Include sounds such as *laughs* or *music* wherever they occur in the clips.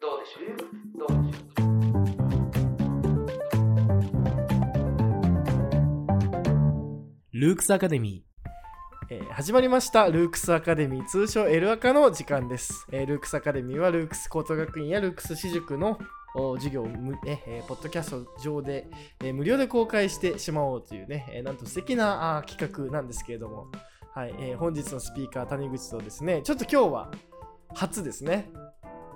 どうでしょうどうでしょうルークスアカデミえー始まりましたルークスアカデミー通称エルアカの時間です、えールークスアカデミーはルークス高等学院やルークス私塾のお授業をむ、ねえーポッドキャスト上で、えー無料で公開してしまおうというね、えーなんと素敵なあー企画なんですけれども、はいえー本日のスピーカー谷口とですねちょっと今日は初ですね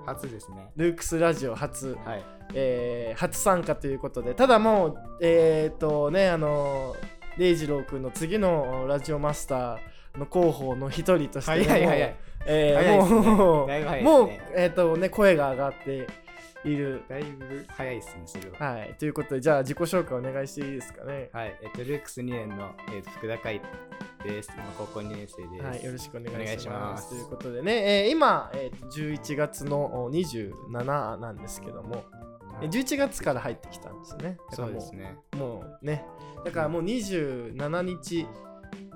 初ですね。ルークスラジオ初はい。えー初参加ということでただもうえっ、とねあの礼二郎君の次のラジオマスターの候補の一人としてね、早い *laughs* 早いもうえー早いですねもう、だいぶ早いですねもうえっ、とね声が上がっているだいぶ早いですね、それは。はいということでじゃあ自己紹介お願いしていいですかねはい。えっと、ルークス2年の、えっと、福田海です。今、高校2年生です。はい、よろしくお願いします。お願いしますということでね、えー今、えーと11月のお27なんですけども、はいえ11月から入ってきたんですね。だかそらうもですね。もうね、だからもう27日、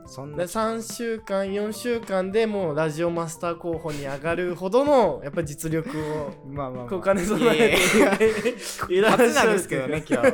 そんでな、 3週間、4週間でもうラジオマスター候補に上がるほどのやっぱ実力を *laughs* まあまあまあ、お金備えいえいえていいらっしゃる *laughs* 初なんですけど *laughs* ね、今日。ちょっ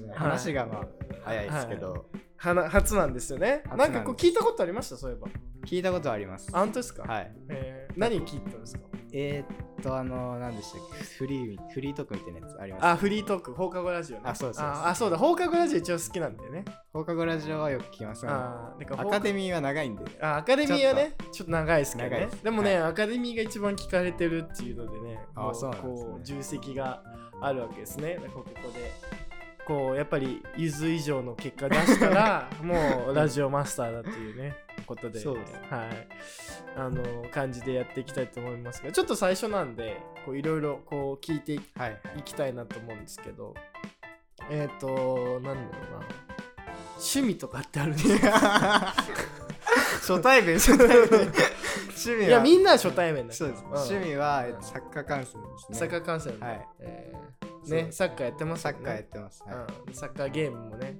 とね、い話がまあ、早いですけど、はな *laughs* 初なんですよね。初ななんんですかこう聞いたことありました、そういえば。聞いたことあります。あ、本当ですか、はい。えー何聞いたんですかえーっと、あの、何でしたっけ、フリー、フリートークみたいなやつありますあ、フリートーク、放課後ラジオね。あそうですそうですあ、あそうだ、放課後ラジオ一応好きなんだよね。放課後ラジオはよく聞きます。アあーなんか放課カデミーは長いんで。あアカデミーはねちょっと長いですけど長ねいですでもね、はアカデミーが一番聞かれてるっていうのでねあもそうなんですねこう重責があるわけですねだからここでこうやっぱりゆず以上の結果出した *laughs* らもうラジオマスターだっていうねことでそうですはいあの感じでやっていきたいと思いますがちょっと最初なんでこういろいろこう聞いていはい。きたいなと思うんですけどえっ、ー、となんだろうな趣味とかってあるんですか初対面、初対面。趣味は。いやみんなは初対面だからそうです。ん趣味はえっとサッカー観戦ですサッね。カー観戦で、はいえーそうね、サッカーやってますサよッカーやっね。てます。はいうん、サッカーゲームもね。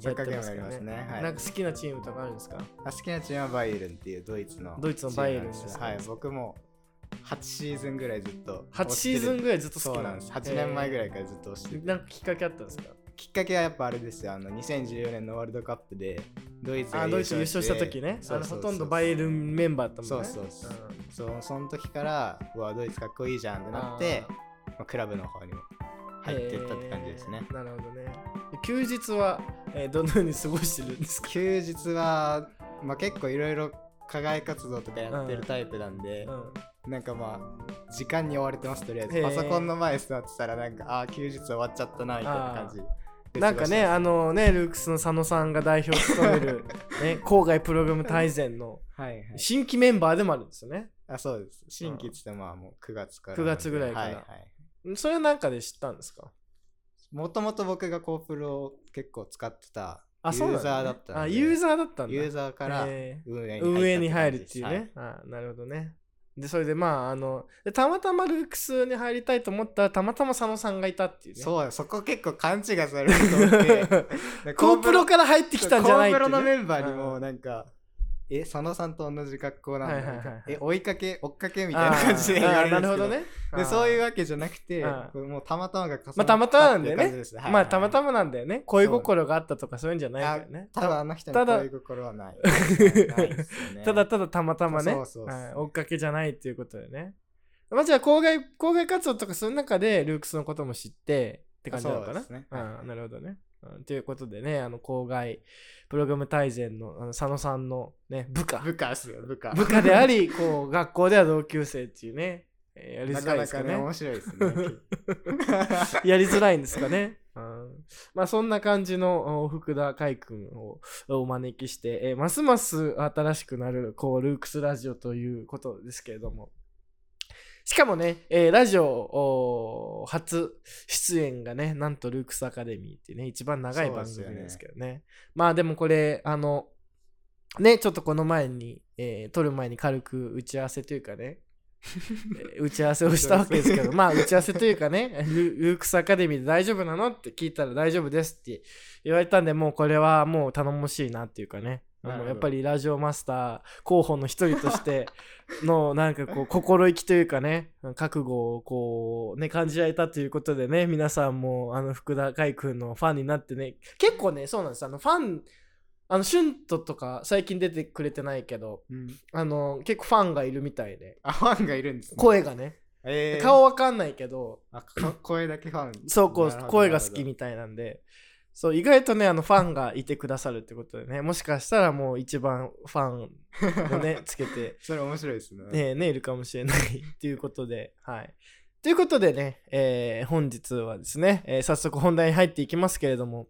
サッカーゲームややりってますね。はなんいか好きなチームとかあるんですかあ好きなチームはバイエルンっていうドイツのドイツのバイエルンですチームなんですはい。僕も8シーズンぐらいずっと。 ?8 シーズンぐらいずっと好きそうなんです。8年前ぐらいかからずっと推してて。なんかきっかけあったんですかきっかけはやっぱあれですよ。あの2014年のワールドカップでドイツがあドイツ優勝した時ね。あそうのそほうそうとんどバイエルンメンバーだったもんね。そうそうそのその時から、うわ、ドイツかっこいいじゃんってなって、あまあ、クラブの方にも入ってったって感じですね。えーなるほどね。休日は、えーどのように過ごしてるん *laughs* ですか休日は、まあ、結構いろいろ課外活動とかやってるタイプなんで、うんなんかまあ時間に追われてますとりあえへずーパソコンの前座ってたらなんかああー休日終わっちゃったなみたいな感じでなんかね、あのね、ルークスの佐野さんが代表を務め *laughs* る、ね、郊外プログラム大全のはいはい新規メンバーでもあるんですよね。あそうです新規っつってまあもう9月から9月ぐらいからはいはいそれはなんかで知ったんですかもともと僕がコープロを結構使ってたユあ、そうなんーねザーだったんであ、ユーザーだったんだ。ユーザーからへ運ー営に入った運営に入るっていう感じですね。あなるほどね。で、それでまあ、あの、でたまたまルークスに入りたいと思ったら、たまたま佐野さんがいたっていうね。う。そうそこ結構勘違いされると思 *laughs* ってコープロから入ってきたんじゃないコっーてプいうロねのメンバーにもうんなんか、え佐野さんと同じ学校なんだ、はいはいはいはいえ追いかけ追っかけみたいな感じで言われるあーんですなけどるほどね。でそういうう。わけじゃなくてうんこれもうたまたまが重なったまあたまたまなんだよねっていう感じですまあ、たまたままなんだよね。恋心があったとかそういうんじゃないからね。ただあの人たにだ恋心はないないですよ *laughs* ねただただたまたまねそうそうそうはい追っかけじゃないっていうことでねまあじゃあ郊外郊外活動とかその中でルークスのことも知ってって感じなのかそうなですねうんなるほどねうんということでねあの郊外プログラム大全のあの佐野さんのね部下部下ですよ部下部下でありこう学校では同級生っていうねえーやりなづらいかでなすかかねね面白い *laughs* ですね *laughs* やりづらいんですかね。 *laughs* うん、まあそんな感じのお福田海君をお招きして、えーますます新しくなるこうルークスラジオということですけれどもしかもね、えーラジオお初出演がねなんとルークスアカデミーっていうね一番長い番組ですけどねまあでもこれあのねちょっとこの前に、えー撮る前に軽く打ち合わせというかねえー打ち合わせをしたわけですけどまあ打ち合わせというかねルルークスアカデミーで大丈夫なのって聞いたら大丈夫ですって言われたんでもうこれはもう頼もしいなっていうかねあなるのほどやっぱりラジオマスター候補の一人として *laughs* のなんかこう心意気というかね覚悟をこうね感じられたということでね皆さんもあの福田海君のファンになってね結構ねそうなんですあのファンあのシュントとか最近出てくれてないけどうん、あの結構ファンがいるみたいであファンがいるんです、ね、声がねえー、顔わかんないけどあか声だけファンそうこなるほうど声が好きなるみたいなんでそう意外とねあのファンがいてくださるってことでねもしかしたらもう一番ファンほどを *laughs* ねつけて、それ面白いですねねねいるかもしれないっていうことではいということでね、えー本日はですね、えー早速本題に入っていきますけれど *clears throat* も、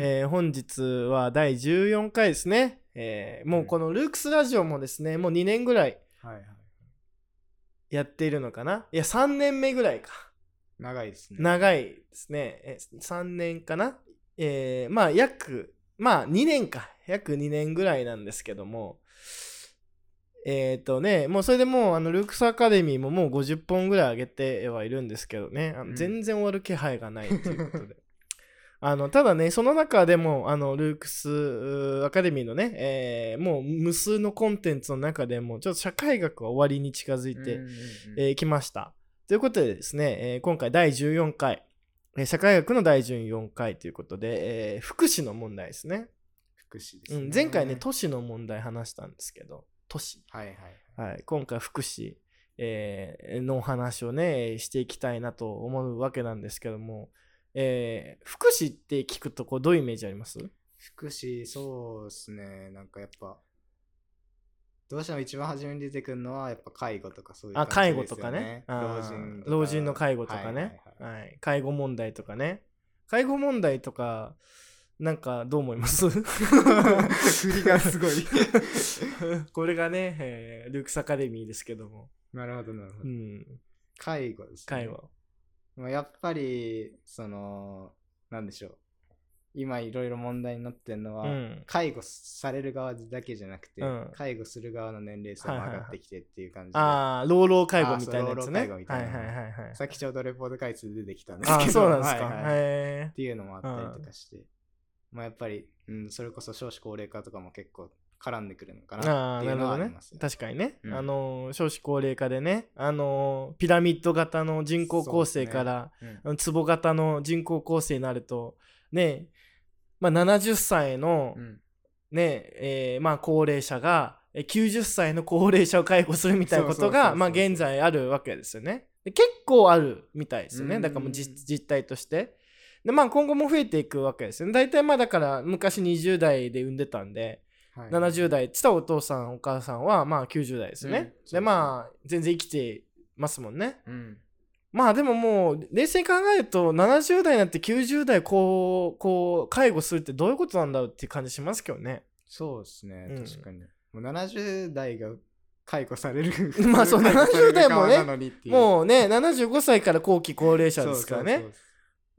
えー本日は第14回ですね、えーもうこのルークスラジオもですねもう2年ぐらいはいはいやっているのかないや3年目ぐらいか長いですね長いですね。え3年かなえーまあ約、まあ2年か。約2年ぐらいなんですけども。えっ、とね、もうそれでもう、あの、ルークスアカデミーももう50本ぐらい上げてはいるんですけどね。あのうん全然終わる気配がないということ *laughs* で。あのただね、その中でも、あのルークスうーアカデミーのね、えーもう無数のコンテンツの中でも、ちょっと社会学は終わりに近づいてうんうんうんえー来ました。ということでですね、えー今回第14回、えー社会学の第14回ということで、えー福祉の問題ですね。福祉です、うねん、前回ね、都市の問題話したんですけど、都市。はいはいはい、今回福祉、えーのお話をね、していきたいなと思うわけなんですけども、えー福祉って聞くとこうどういうイメージあります福祉そうですねなんかやっぱどうしても一番初めに出てくるのはやっぱ介護とかそういうあ、感介じ護ですとよかね。老あ人ーとか老人の介護とかはいね、はい介護問題とかね。介護問題とか、なんかどう思いますはいはい振りがすごい *laughs* これがね、えールークスアカデミーですけども。なるほどなるほど、うん、介護です、ね、介護。まあ、やっぱりそのなんでしょう今いろいろ問題になってるのうは、ん。介護される側だけじゃなくて、うん介護する側の年齢層も上がってきてっていう感じで、ああ、老老介護みたいなやあーつそうね。老老は介い護はいはみたいいなはい。さっきちょうどレポート会数出てきたんですあけーどそうなんですか。はいはいへっていうのもあったりとかして、まあ、やっぱり、うん、それこそ少子高齢化とかも結構絡んでくるのかーあなーっていなうるのほはどありねますよ、確かにね、うんあのー少子高齢化でね、あのーピラミッド型の人口構成から、うんあの壺型の人口構成になるとねまあ、70歳の、うんねえーまあ、高齢者がえー90歳の高齢者を介護するみたいなことそうそうそうがそうまあ現在あるわけですよね。で結構あるみたいですようねんだからもう実実態として。でまあ、今後も増えていくわけですよね。大体まあだから昔20代で産んでたんで、はい70代っつったらお父さんお母さんはまあ90代ですよね。うんそうですでねまあ全然生きてますもんね。うんまあでももう冷静に考えると70代になって90代こうこう介護するってどういうことなんだろうっていう感じしますけどね。そうですねうん確かに、もう70代が解雇される *laughs* まあそう介護され70る代もね側なのにっていうもうね75歳から後期高齢者ですからねそう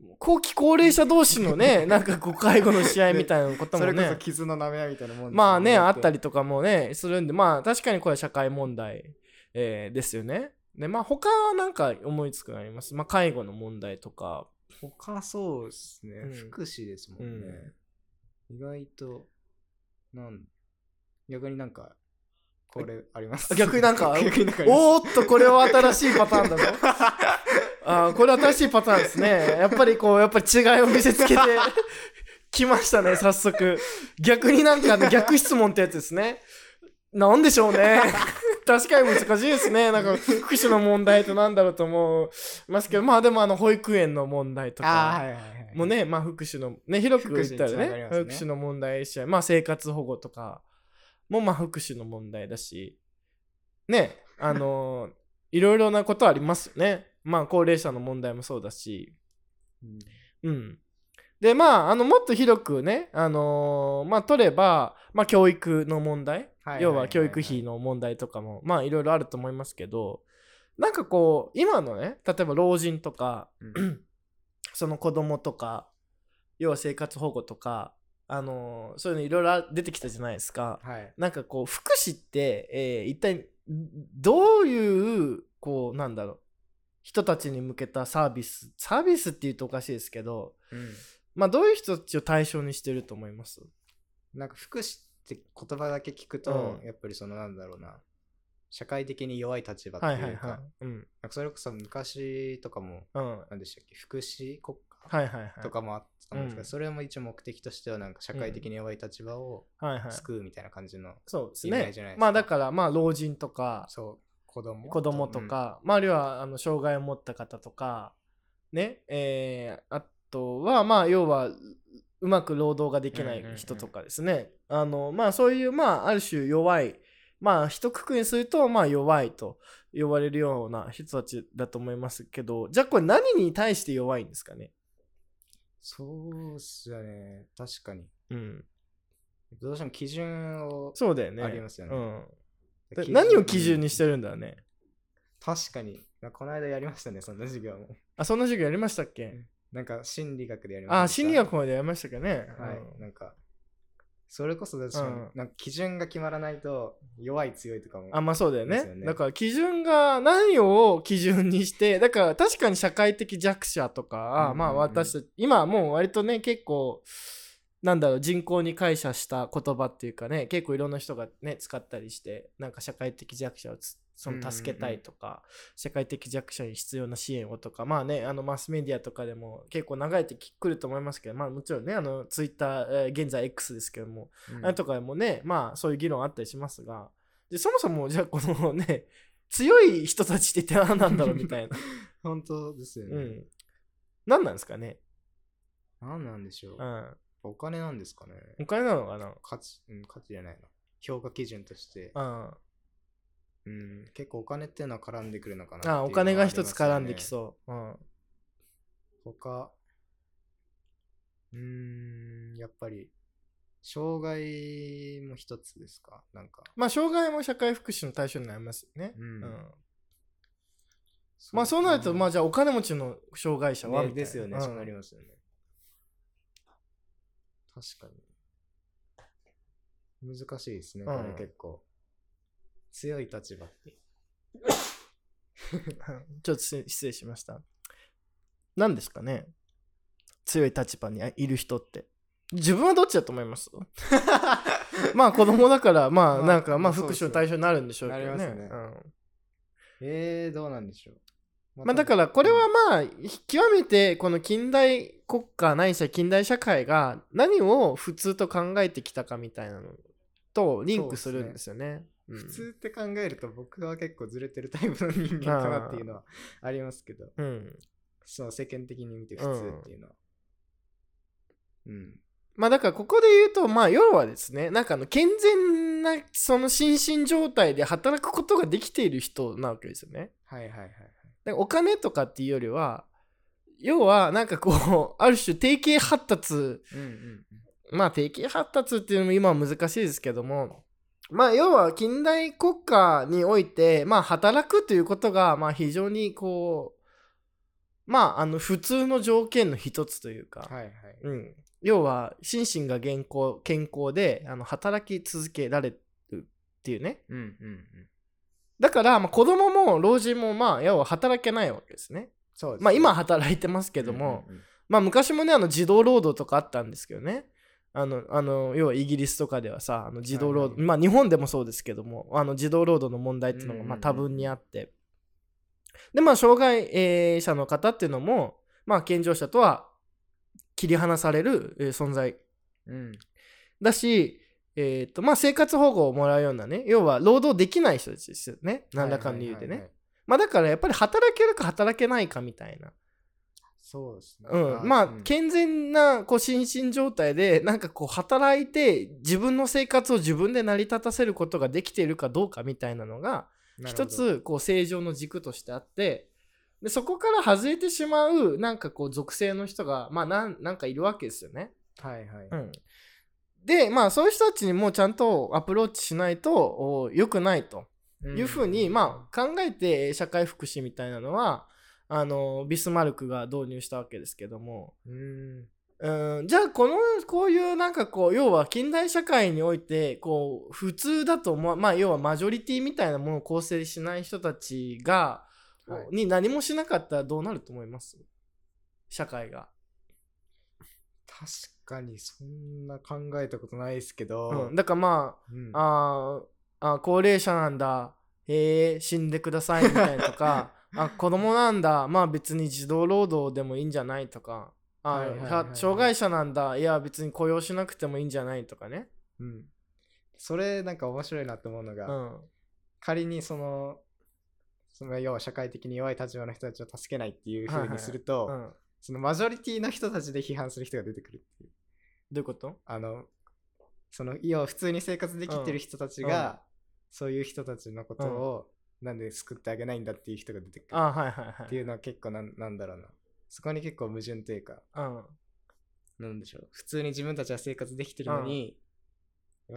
そう後期高齢者同士の *laughs* ねなんかこう介護の試合みたいなことそもうそれこそね傷の舐め合いみたいなもんですよまあねあったりりとかもねするんでまあ確かにこれは社会問題、えーですよね。でまあ他はなんか思いつくあります。まあ介護の問題とか。他そうですね、うん福祉ですもんね、意外となん逆になんかこれあります逆になんか *laughs* 逆になんかありますおーっとこれは新しいパターンだ *laughs* ぞ。あーこれ新しいパターンですね。やっぱりこう、やっぱり違いを見せつ *laughs* けてきましたね、早速。逆になんかあの逆質問ってやつですね。なんでしょうね。 *laughs* 確かに難しいですね。なんか、福祉の問題となんだろうと思いますけど、まあでもあの、保育園の問題とあーか。はいはいはいもうね、まあ福祉の、ね、広く言ったら福祉につながね、りますね福祉の問題し、まあ生活保護とかもまあ福祉の問題だし、ね、あ *laughs* のーいろいろなことありますよね。まあ高齢者の問題もそうだし、うんうん。で、まあ、あの、もっと広くね、あのーまあ取れば、まあ教育の問題、はいはいはいはい要は教育費の問題とかも、まあいろいろあると思いますけど、なんかこう、今のね、例えば老人とか、うん *clears throat* その子供とか要は生活保護とかあのーそういうのいろいろ出てきたじゃないですかはいなんかこう福祉って、えー一体どういうこうなんだろう人たちに向けたサービスサービスって言うとおかしいですけどうんまあどういう人たちを対象にしてると思いますなんか福祉っって言葉だけ聞くと、うんやっぱりそのなんだろうな社会的に弱い立場ってはいいはいうか、はい。うん。なんかそれこそ昔とかもうん。はい何でしたっけ福祉国家はいはい。とかもあったんですけど、うんそれも一応目的としてはなんか社会的に弱い立場をはいはい。救うみたいな感じの、そうです意味ないじゃないねです。かまあだから、まあ老人とか、そう子供子供と、か、まああるいはあの障害を持った方とか、ね、えー、あとは、まあ要は、ううまく労働ができなうんうんういん人とかですね。あの、まあそういう、まあある種弱い、まあ一括りにすると、まあ弱いと呼ばれるような人たちだと思いますけど、じゃあこれ何に対して弱いんですかねそうっすよね確かにうん。どうしても基準をそうだよね。ありますよねうん。で何を基準にしてるるんだろうね。確かにまあこの間やりましたねそんな授業もあ、そんな授業やりましたっけなんか心理学でやりましたあ、心理学までやりましたっけね。はい、うんなんかそれこそ私も、うんなんか基準が決まらないと弱い強いとかもあ、まあそうだよでねすよねだから基準が何を基準にして、だから確かに社会的弱者とか、うんまあうんうん私たち、今はもう割とね、結構、なんだろう人口に解釈した言葉っていうかね結構いろんな人がね使ったりしてなんか社会的弱者をつそうんうんうのん助けたいとか、社会的弱者に必要な支援をとかまあねあのマスメディアとかでも結構流れてきくると思いますけどまあもちろんねあのツイッター、えー現在 X ですけどもうんあれとかもね、まあそういう議論あったりしますが、でそもそもじゃあこのね、 *laughs* 強い人たちって何なんだろうみたい *laughs* な。本当ですようね、ん。何なんですかね。なん、何なんでしょう、うん。お金なんですかねお金なのかな価値、うん、価値じゃないの評価基準として、うん。うん、結構お金っていうのは絡んでくるのかなっていうのあはお金が一つ絡んでありまきすよねそう。うん。他うーんやっぱり障害も一つですかなんかまあ障害も社会福祉の対象になりますよね。うんまあそうなると、まああじゃあお金持ちの障害者はみたいな、ですようね、んそうなりますよね確かに難しいですね、うんこれ結構強い立場って *laughs* ちょっと失失礼しました。何ですかね強い立場にいる人って。自分はどっちだと思います *laughs* まあ子供だから、まあまあなんか、まあそう福です祉の対象になるんでしょうけどね。なりますようんえー、どうなんでしょうまあだからこれはまあ極めてこの近代国家ないしは近代社会が何を普通と考えてきたかみたいなのとリンクするんですよね。うん普通って考えると僕は結構ずれてるタイプの人間かなっていうのはありますけどうん。その世間的に見て普通っていうのは。うん。まあだからここで言うとまあ要はですねなんかあの健全なその心身状態で働くことができている人なわけですよね。はいはいはいはい。だからお金とかっていうよりは要はなんかこうある *laughs* 種定型発達うんうんまあ定型発達っていうのも今は難しいですけどもまあ要は近代国家においてまあ働くということがまあ非常にこうまああの普通の条件の一つというか、はいはい。うん、要は心身が健康健康であの働き続けられるっていうねうんうんうん。だからまあ子供も老人もまあ要は働けないわけですねそうですねまあ今は働いてますけども、、うんうんうんまあ昔もねあの児童労働とかあったんですけどねあのあの要はイギリスとかではさあの児童労働、はいまあ日本でもそうですけどもあの児童労働の問題っていうのがうんうんまうあん多分にあって、でまあ障害えー者の方っていうのもまあ健常者とは切り離されるえー存在うん。だし、えーとまあ、生活保護をもらうようなね要は労働できない人たちですよね何らかの理由でね、はいはいはいはい。まあだからやっぱり働けるか働けないかみたいなそうですね。うん、まあうん健全なこう心身状態でなんかこう働いて自分の生活を自分で成り立たせることができているかどうかみたいなのがなるほ一どつこう正常の軸としてあってでそこから外れてしまうなんかこう属性の人がまあなんなんかいるわけですよね。はいはい。うん、でまあそういう人たちにもちゃんとアプローチしないとお良くないと。んいうふうに、まあ、考えて社会福祉みたいなのはあのビスマルクが導入したわけですけどもうん。うんじゃあこのこういうなんかこう要は近代社会においてこう普通だと思わまあ要はマジョリティみたいなものを構成しない人たちが、はいに何もしなかったらどうなると思います社会が。確かにそんな考えたことないですけど、うん、だからまうんあ、あーあー高齢者なんだへえ死んでくださいみたいなとか *laughs* あ子供なんだまあ別に児童労働でもいいんじゃないとかあー、はいはいはいはいは障害者なんだいや別に雇用しなくてもいいんじゃないとかね、うんそれなんか面白いなと思うのうが、ん、仮にそのその要は社会的に弱い立場の人たちを助けないっていうふはいうはいはいにすると、うん、どそのマジョリティの人たちで批判する人が出てくるっていうういうことあのその要は普通に生活できてる人たちが、うんそういう人たちのことを、なんで救ってあげないんだっていう人が出てくるあーはいはいはいっていうのは結構なんなんだろうなそこに結構矛盾というかうんなんでしょう普通に自分たちは生活できてるのに、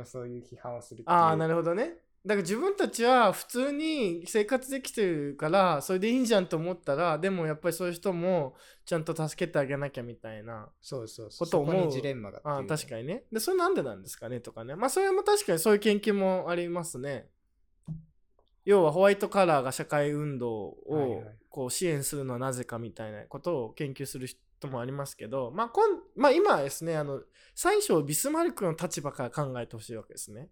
そういう批判をするっていうああなるほどねだから自分たちは普通に生活できてるからそれでいいんじゃんと思ったらでもやっぱりそういう人もちゃんと助けてあげなきゃみたいなそうそうそこうとを思うそこにジレンマがっていうあー確にかにねでそれなんでなんですかねとかねまあそれも確かにそういう研究もありますね要はホワイトカラーが社会運動はいをはいこう支援するのはなぜかみたいなことを研究する人もありますけど、まあ、今まあ今はですねあの最初ビスマルクの立場から考えてほしいわけですね。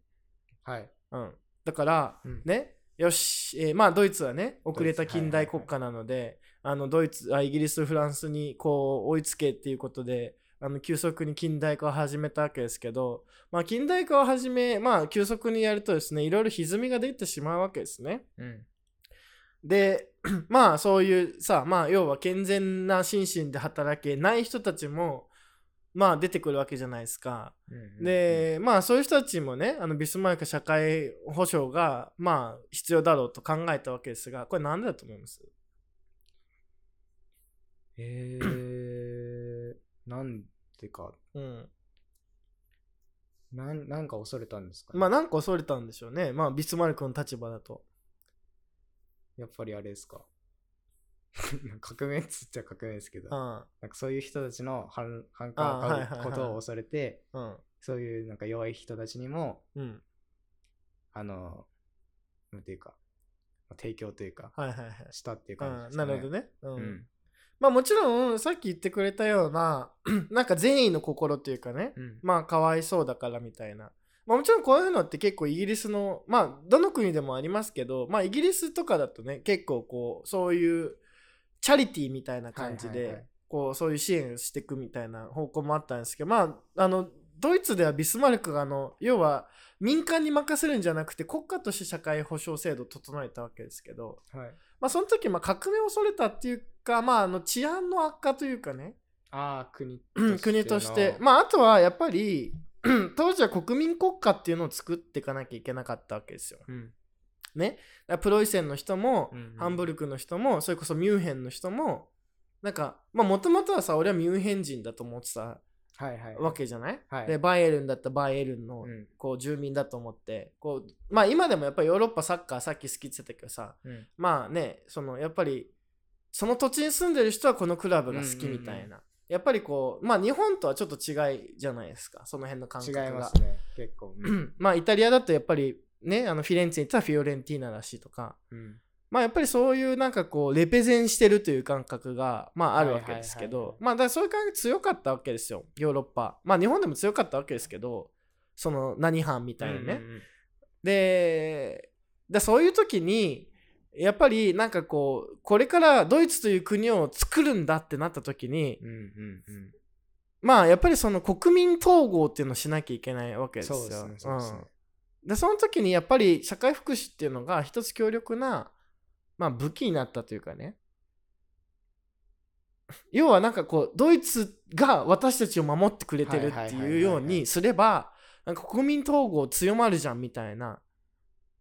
はい、うん、だから、うんねよし、えーまあドイツはね遅れた近代国家なので、あのドイツあイギリスフランスにこう追いつけっていうことであの急速に近代化を始めたわけですけど、まあ、近代化を始め、まあ、急速にやるとですねいろいろ歪みが出てしまうわけですね。うん、で *clears throat* まあそういうさまあ要は健全な心身で働けない人たちもまあ出てくるわけじゃないですか。で、まあそういう人たちもねあのビスマルク社会保障がまあ必要だろうと考えたわけですがこれなんでだと思いますえー、なんでかうん、なんなんか恐れたんですかね、まあなんか恐れたんでしょうねまあビスマルクの立場だとやっぱりあれですか *laughs* 革命っつっちゃ革命ですけどうんなんかそういう人たちの反反あ感ーをはいはい買はういことを恐れてうんそういうなんか弱い人たちにもうんあのなんていうか提供というかはいはいはいしたっていう感じでうんなすかね、るほどね、うんうんまあもちろんさっき言ってくれたような *clears throat* なんか善意の心というかね、うんまあかわいそうだからみたいな、まあ、もちろんこういうのって結構イギリスのまあどの国でもありますけどまあイギリスとかだとね結構こうそういうチャリティーみたいな感じはいはいはでいこうそういう支援をしていくみたいな方向もあったんですけどまああのドイツではビスマルクがあの要は民間に任せるんじゃなくて国家として社会保障制度を整えたわけですけど、はい、まあ、その時まあ革命を恐れたっていうか、まあ、あの治安の悪化というかね、ああ国うん国としてあまああとはやっぱり *clears throat* うん当時は国民国家っていうのを作っていかなきゃいけなかったわけですよ。うんね、だからプロイセンの人も、うんうんハンブルクの人もそれこそミュンヘンの人もなんかまあもともとはさ俺はミュンヘン人だと思ってたはいはいわけじゃない、はいでバイエルンだったらバイエルンのうんこう住民だと思ってこうまあ今でもやっぱりヨーロッパサッカーさっき好きって言ってたけどさ、うんまあねそのやっぱりその土地に住んでる人はこのクラブが好きみたいな、うんうんやっぱりこうまあ日本とはちょっと違いじゃないですかその辺の感違覚がいますね結構ううんん *clears throat* まあイタリアだとやっぱりねあのフィレンツェに行ったらフィオレンティーナだしとかうんまあやっぱりそういうなんかこうレペゼンしてるという感覚がまああるわけですけど、はいはいはいまあだからそういう感じ強かったわけですよヨーロッパまあ日本でも強かったわけですけどその何藩みたいなね、うんうんうんででそういう時にやっぱりなんかこうこれからドイツという国を作るんだってなった時にうんうんうんまあやっぱりその国民統合っていうのをしなきゃいけないわけですよ。そうですねそうですねうんでその時にやっぱり社会福祉っていうのが一つ強力な、まあ、武器になったというかね要はなんかこうドイツが私たちを守ってくれてるはいはっいてはいはいいはういようにすればなんか国民統合強まるじゃんみたいな、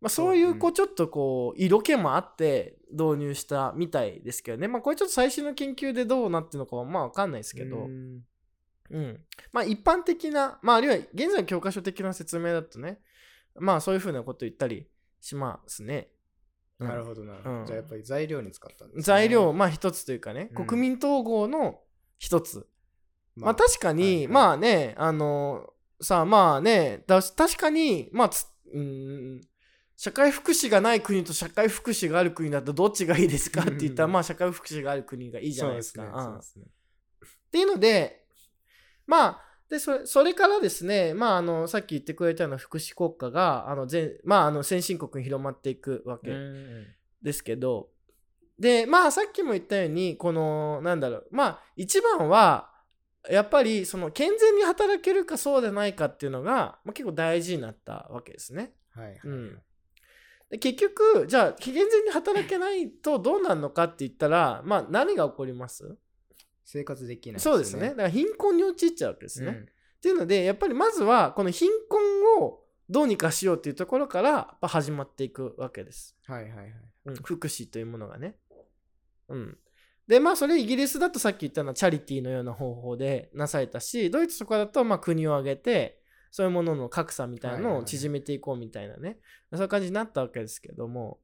まあ、そういうこそううちうょっとこう色気もあって導入したみたいですけどね、まあ、これちょっと最新の研究でどうなってるのかはまあ分かんないですけど。うんうん、まあ一般的な、まあ、あるいは現在の教科書的な説明だとねまあそういうふうなこと言ったりしますね。うんなるほどなるほうんどじゃあやっぱり材料に使ったんですね材料まあ一つというかね、うん国民統合の一つ。ままあ確かに、はいはいまあねあのさあまあねだし確かにまあつうーん社会福祉がない国と社会福祉がある国だとどっちがいいですかって言ったら、うんまあ社会福祉がある国がいいじゃないですか。そううんですねそうですねっていうのでまあでそれそれからですね、まあ、あのさっき言ってくれたような福祉国家があの全、まあ、あの先進国に広まっていくわけですけど、でまあさっきも言ったようにこのなんだろうまあ一番はやっぱりその健全に働けるかそうでないかっていうのが、まあ、結構大事になったわけですね。はいはい。うん、で結局じゃあ健全に働けないとどうなるのかって言ったら、まあ、何が起こります生活できない、そうですねだから貧困に陥っちゃうわけですうね。んっていうのでやっぱりまずはこの貧困をどうにかしようっていうところからやっぱ始まっていくわけです。はいはいはい。うん、福祉というものがね。うん、でまあそれイギリスだとさっき言ったのはチャリティーのような方法でなされたしドイツとかだとまあ国を挙げてそういうものの格差みたいなのを縮めていこうみたいなね、そういう感じになったわけですけども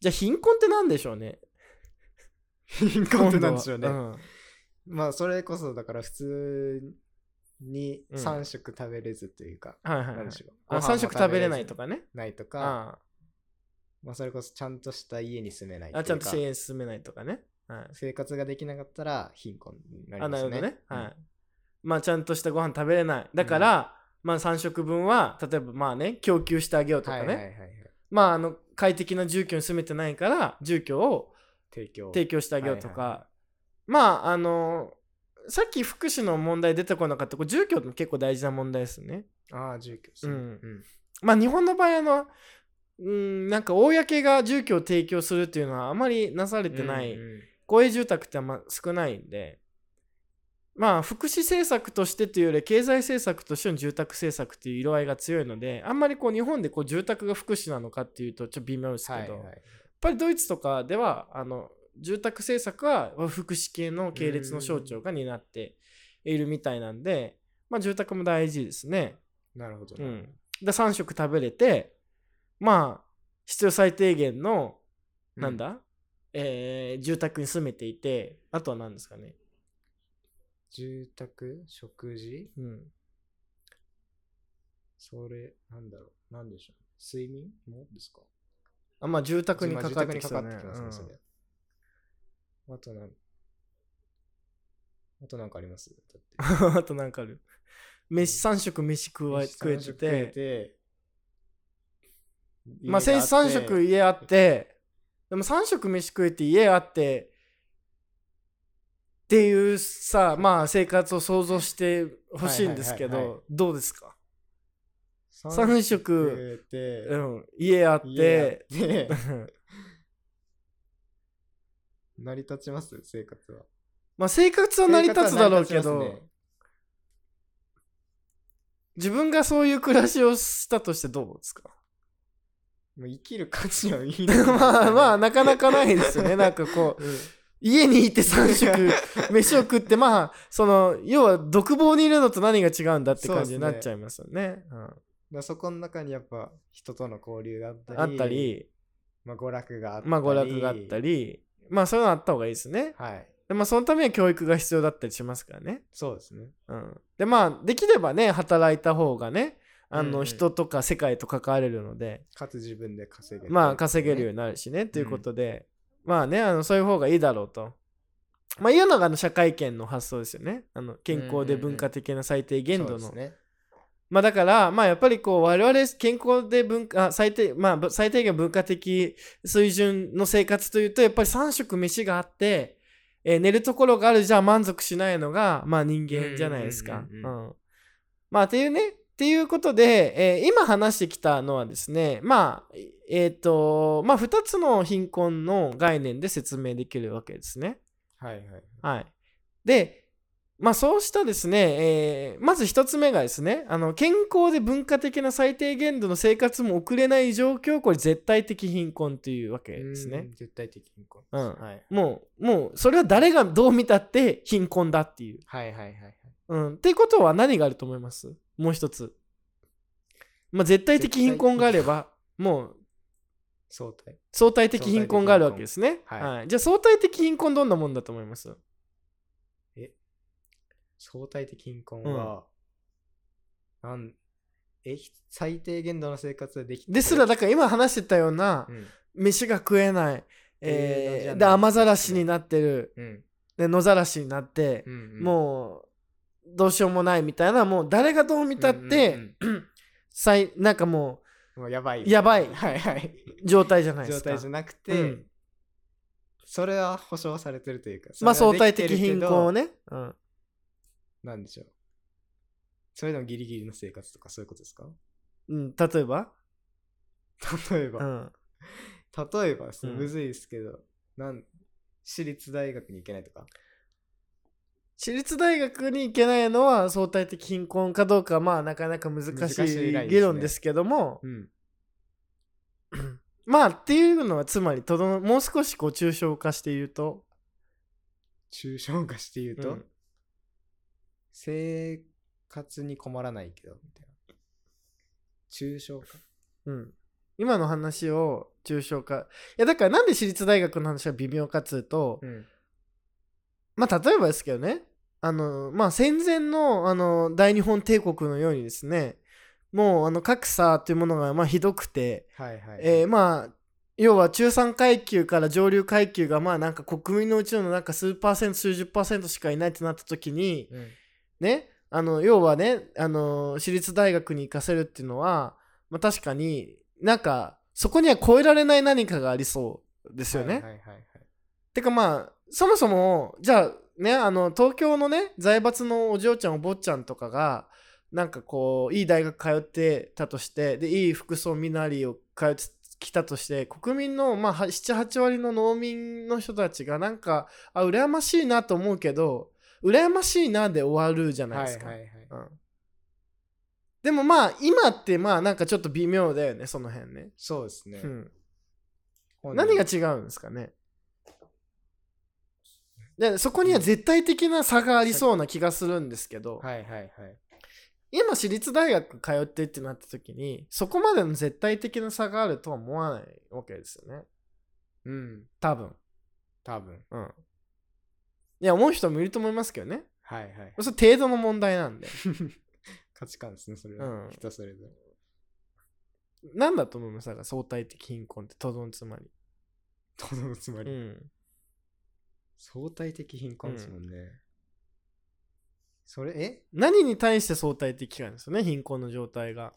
じゃあ貧困って何でしょうね貧困ってなんでしょうね。今度はまあそれこそだから普通にうん3食食べれずというか、うんはいはいはないんでしょう。あ3食食べれないとか。かねないとあか、まあそれこそちゃんとした家に住めないというあか。ちゃんと支援進めないとかね、はい、生活ができなかったら貧困になりあまなるほすね。どね、はいうんまあちゃんとしたご飯食べれないだから、まあ3食分は例えばまあね供給してあげようとかはいね、はいはいはい。まああの快適な住居に住めてないから住居を提供。提供してあげようとか、はいはいまああのさっき福祉の問題出てこなかったこれ住居って結構大事な問題ですねああ、住居ですうね。んまあ日本の場合あのうんなんか公が住居を提供するっていうのはあまりなされうん。てない、うんうん公営住宅ってあんま少ないんでまあ福祉政策としてというより経済政策としての住宅政策っていう色合いが強いのであんまりこう日本でこう住宅が福祉なのかっていうとちょっと微妙ですけど、はいやはっい。ぱりドイツとかではあの住宅政策は福祉系の系列の省庁が担っているみたいなんで、まあ、住宅も大事ですね。なるほどうね。ん、で3食食べれてまあ必要最低限のうなんだ、えー住宅に住めていてあとは何ですかね、住宅、食事、うん、それ、なんだろう。なんでしょう。睡眠もですかあまあ住宅にまあか住かって宅にきかたかっねてきますうね、んそれ。あとなんあとなんかありますだって。 *laughs* あとなんかある飯3食飯食わ食えて食えてて、まあ家先がって3食家あってでも3食飯食えて家あってっていうさまあ生活を想像してほしいんですけはいはいはいどどうですか三三食食えうて、ん家あっ家てあって、うん成り立ちます生活は。 *laughs* まあ生活は成り立つだろうけ生活はど、成り立ちますね自分がそういう暮らしをしたとしてどうですかもう生きる価値はいい *laughs* まあまああ、なかなかないです *laughs* よねなんかこう家にいて3食飯を食ってまあその要は独房にいるのと何が違うんだって感じになっちゃいますよね。まあそこの中にやっぱ人との交流があっうたんり、あったりまあ、娯楽があったり、まあ娯楽があった、りまあそういうのあった方がいいですね。はい、でまあそのためには教育が必要だったりしますからね。そうですね。うん、でまあできればね働いた方がねあうんうのん人とか世界と関われるので。かつ自分で稼げる、まあ稼げるようね。になるしねということで、まあねあのそういう方がいいだろうと。まあいうのがあの社会権の発想ですよね。あの健康で文化的な最低限度の。そうですね。まあだからまあやっぱりこう我々健康で文化あ最低まあぶ最低限文化的水準の生活というとやっぱり3食飯があって、えー寝るところがあるじゃ満足しないのがまあ人間じゃないですか。ううん。うんうんうんまあっていうねっていうことで、えー今話してきたのはですねまあえっ、とまあ2つの貧困の概念で説明できるわけですね。はいはい。はい。で、まあそうしたですね、えーまず一つ目がですね、あの健康で文化的な最低限度の生活も送れない状況、これ絶対的貧困というわけですうねん。絶対的貧困。うんはい、もう、もう、それは誰がどう見たって貧困だっていう。はいはいはいはい。うん。ってことは何があると思いますもう一つ。まあ絶対的貧困があれば、もう相対。相対的貧困があるわけですね。はいはい。じゃあ相対的貧困どんなもんだと思います相対的貧困は、なんえひ最低限度の生活はできですら、だから今話してたような、うん飯が食えない、栄養じえゃなーいで雨ざらしになってるうんで野ざらしになってう、んうん、もどうしようもないみたいな、もう誰がどう見たって、最、なんかももうやばい。う、やばいはいはい。状態じゃないで状すか。態じゃなくて、うんそれは保証されてるというか、まあそ相れは対できて的るけ貧ど困をね。うん。なんでしょう。それでもギリギリの生活とかそういうことですか *laughs* うん、例えば例えうば、ん。例えばですね、うんむずいですけど、なん私立大学に行けないとか。私立大学に行けないのは相対的貧困かどうかまあなかなか難難ししいラいインですね議論ですけども、うん。まあっていうのはつまりとどのもう少しこう抽象化して言うと、抽象化して言うと、うん生活に困らないけど、みたいな。抽象化うん、今の話を抽象化いやだからなんで私立大学の話が微妙かっつうと、ん。まあ例えばですけどねあのまあ戦前のあの大日本帝国のようにですねもうあの格差というものがまあひどくて、はいはい。えーまあ要は中産階級から上流階級がまあなんか国民のうちのなんか数パーセント数十パーセントしかいないってなった時にうんねあの要はねあの私立大学に行かせるっていうのは、まあ、確かになんかそこには超えられない何かがありそうですよね。はいはいはいはい。てかまあそもそもじゃあねあの東京のね財閥のお嬢ちゃんお坊ちゃんとかがなんかこういい大学通ってたとしてでいい服装身なりを通ってきたとして国民のまあは78割の農民の人たちがなんかあ羨ましいなと思うけど羨ましいなで終わるじゃないですか。はいはいはい。うんでもまあ今ってまあなんかちょっと微妙だよねその辺ね。そうですね。うん本人何が違うんですかねでそこには絶対的な差がありそうな気がするんですけど、はいはいはい。今私立大学通ってってなった時にそこまでの絶対的な差があるとは思わないわけですよねうん。多分多分。うんいや思う人もいると思いますけどねはい *laughs* はい。それ程度の問題なんで価値観ですね、それは。うん人それぞれ。何だと思いますだから相対的貧困ってとどんつまりとどのつまり、ん *laughs* 相対的貧困ですもんね。それ、え何に対して相対的かなんですよね貧困の状態が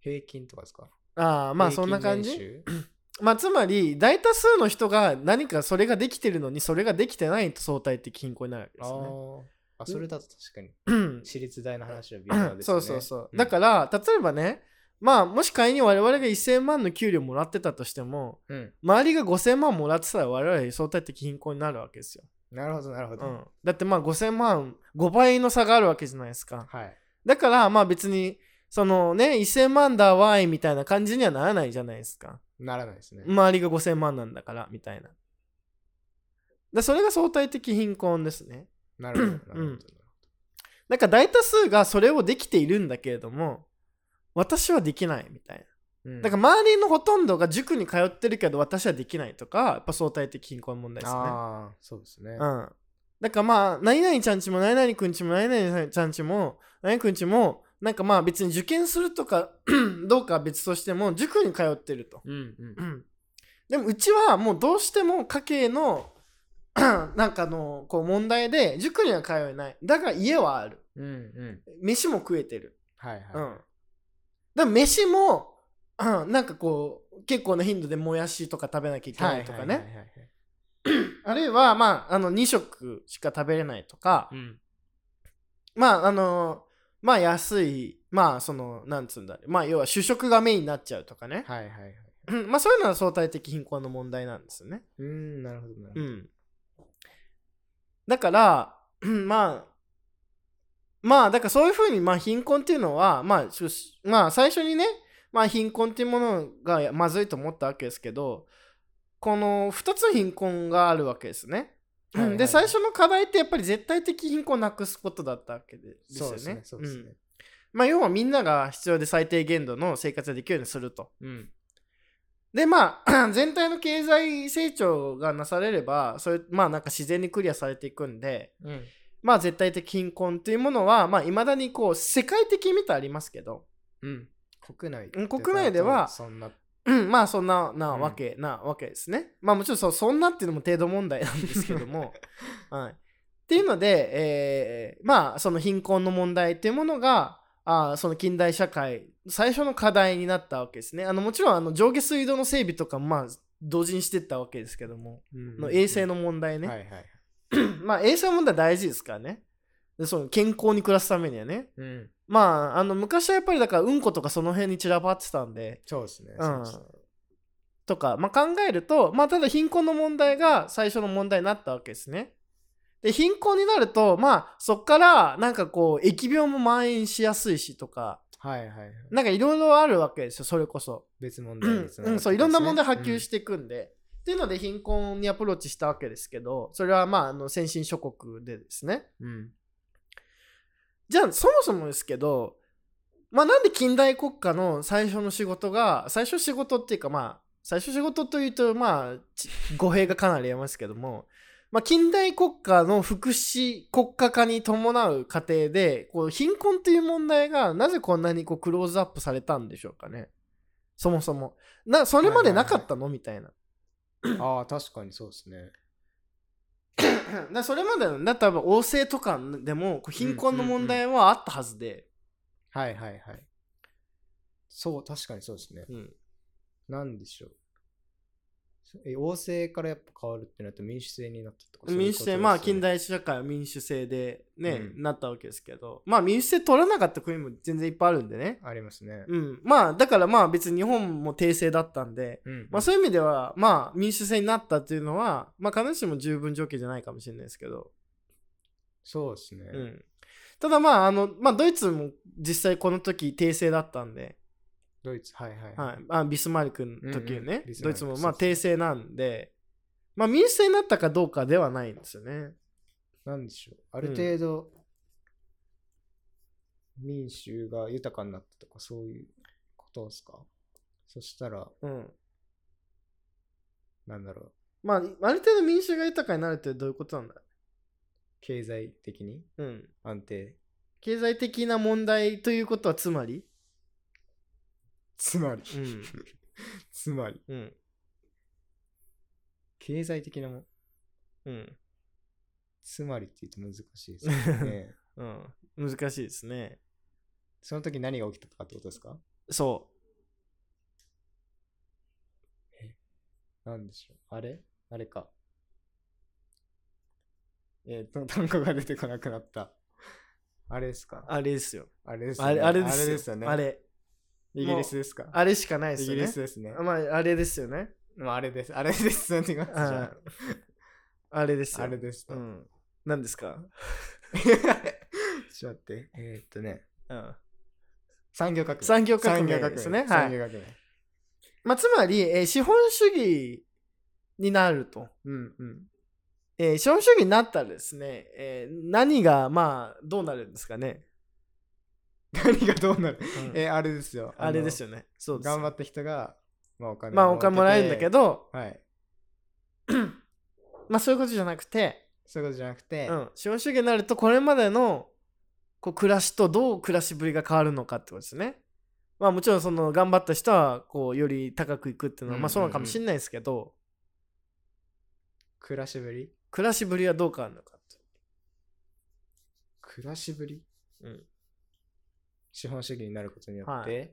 平均とかですかああまあそんな感じ平均まあ、つまり大多数の人が何かそれができてるのにそれができてないと相対的貧困になるわけ年です収よね。あーあ、それだと確かに。 *clears throat* うん私立大の話は微妙ですそようね。そうそう、うんだから例えばねまあもし仮に我々が1,000万の給料もらってたとしてもうん。周りが5,000万もらってたら我々は相対的貧困になるわけですよ。なるほど、なるほうど。ん、だってまあ5,000万5倍の差があるわけじゃないですか。はい。だからまあ別にそのね1,000万だわいみたいな感じにはならないじゃないですか。ならないですね。周りが5000万なんだからみたいなだそれが相対的貧困ですねなるほど、なるほど。うんなんか大多数がそれをできているんだけれども私はできないみたいなうんだから周りのほとんどが塾に通ってるけど私はできないとかやっぱ相対的貧困問題ですねああ、そうですね。うんだからまあ何々ちゃんちも何々くんちも何々ちゃんちも何々くんちもなんかまあ別に受験するとか *clears throat* どうかは別としても塾に通ってるとうんうんうん、でもうちはもうどうしても家計の *clears throat* なんかのこう問題で塾には通えないだが家はあるうんうん。飯も食えてる、はいはい。うんだから飯も、 *clears throat* うんなんかこう結構な頻度でもやしとか食べなきゃいけないとかね、はいはいはいはいあるいはまああの2食しか食べれないとか、うん。まああのまあ安いまあそのなんつうんだろうまあ要は主食がメインになっちゃうとかね、はいはいはい。うんまあそういうのは相対的貧困の問題なんですよねうーん、なるほど、なるほうど。ん、だから、 *clears throat* うんまあまあだからそういうふうに、まあ、貧困っていうのは、まあ、ししまあ最初にね、まあ、貧困っていうものがまずいと思ったわけですけどこの2つ貧困があるわけですね。うんはいはいで最初の課題ってやっぱり絶対的貧困をなくすことだったわけでですそうよですねね。。そうですうんね。まあ、要はみんなが必要で最低限度の生活ができるようにすると。うん。でまあ *clears throat* 全体の経済成長がなされればそれまあなんか自然にクリアされていくんでうん。まあ絶対的貧困というものはまあいまだにこう世界的に見てありますけど、 *clears throat* うん。国内うん国内ではそんな。うん、まあそんななうんわけ、 *laughs* なわけですねまあもちろんそうそんなっていうのも程度問題なんですけども、はい、っていうので、えーまあその貧困の問題というものがあーその近代社会最初の課題になったわけですね。あのもちろんあの上下水道の整備とかもまあ同時にしてったわけですけども、の衛生の問題ね、はいはい。 *clears throat* まあ衛生問題大事ですからねでその健康に暮らすためにはねうん。まああの昔はやっぱりだからうんことかその辺に散らばってたんでそうですね。うんそうですねとか、まあ、考えると、まあ、ただ貧困の問題が最初の問題になったわけですね。で貧困になるとまあそっからなんかこう疫病も蔓延しやすいしとかはいはいはい。なんかいろいろあるわけですよそれこそ。別問う題んにつなうがってますねん、そういろんな問題波及していくんで、っていうので貧困にアプローチしたわけですけどそれはまああの先進諸国でですねうん。じゃあそもそもですけど、まあ、なんで近代国家の最初の仕事が最初仕事っていうかまあ最初仕事というとまあち語弊がかなりありますけども、まあ、近代国家の福祉国家化に伴う過程でこう貧困という問題がなぜこんなにこうクローズアップされたんでしょうかねそもそもなそれまでなかったの、みたいなああ、確かにそうですね。だからそれまでのだ多分王政とかでもこう貧困の問題はあったはずで、はいはいはい。そう、確かにそうですね。うんなんでしょう。え王政からやっぱ変わるってなると民主制になったとか。民主制そういうことですよねまあ近。代社会は民主制でね、うんなったわけですけどまあ民主制取らなかった国も全然いっぱいあるんでね、ありますね。うん、まあだからまあ別に日本も帝政だったんで、うん。まあ、そういう意味ではまあ民主制になったっていうのはまあ必ずしも十分条件じゃないかもしれないですけど、そうですね。うん、ただまああの、まあ、ドイツも実際この時帝政だったんで、ドイツ、はいはい。はい、あビスマルクの時うんうんね、ビスマドルイクツもそうまあ帝政なんで、まあ、民主制になったかどうかではないんですよね。なんでしょう。ある程度、民衆が豊かになったとか、そういうことですか。そしたら、うんなんだろう。まあ、ある程度民衆が豊かになるってどういうことなんだ経済的にうん。安定。経済的な問題ということはつまり、つまり、うんつまり、うん、経済的なもん。うん、つまりって言うと難しいですよ *laughs* ね。うん。難しいですね。その時何が起きたとかってことですかそなんでしょう。あれあれか。えっ、と、単価が出てこなくなった。あれですう。かあれですよ。あれですよあね。れあれですよ。よね。あれ。イギリスですかあれしかないでイすよギね。リスですね。まあ、あれですよね。まあ、あれです。あれです。なんて言いますじゃああれですあよ。あれですと。うん。何ですかちょっと待って。えーっとね。うん。産業革命。産業革命産業ですねはい産業革命。まあ、つまり、えー資本主義になると。うんうん。えー資本主義になったらですね、えー何が、まあ、どうなるんですかね。 *laughs* 何がどうなるうんえー、あれですよ。 *laughs* あれですよ。よね。そうですよ。頑張った人が、まあお金まあお金もらえるんだけど。ど、はい。まあそういうことじゃなくて、そういうことじゃなくて、うん、資本主義になるとこれまでのこう暮らしとどう暮らしぶりが変わるのかってことですね。まあもちろんその頑張った人はこうより高くいくっていうのはまあそうなのかもしれないですけど、暮らしぶり暮らしぶりはどう変わるのかって暮らしぶりうん資本主義になることによって、はだか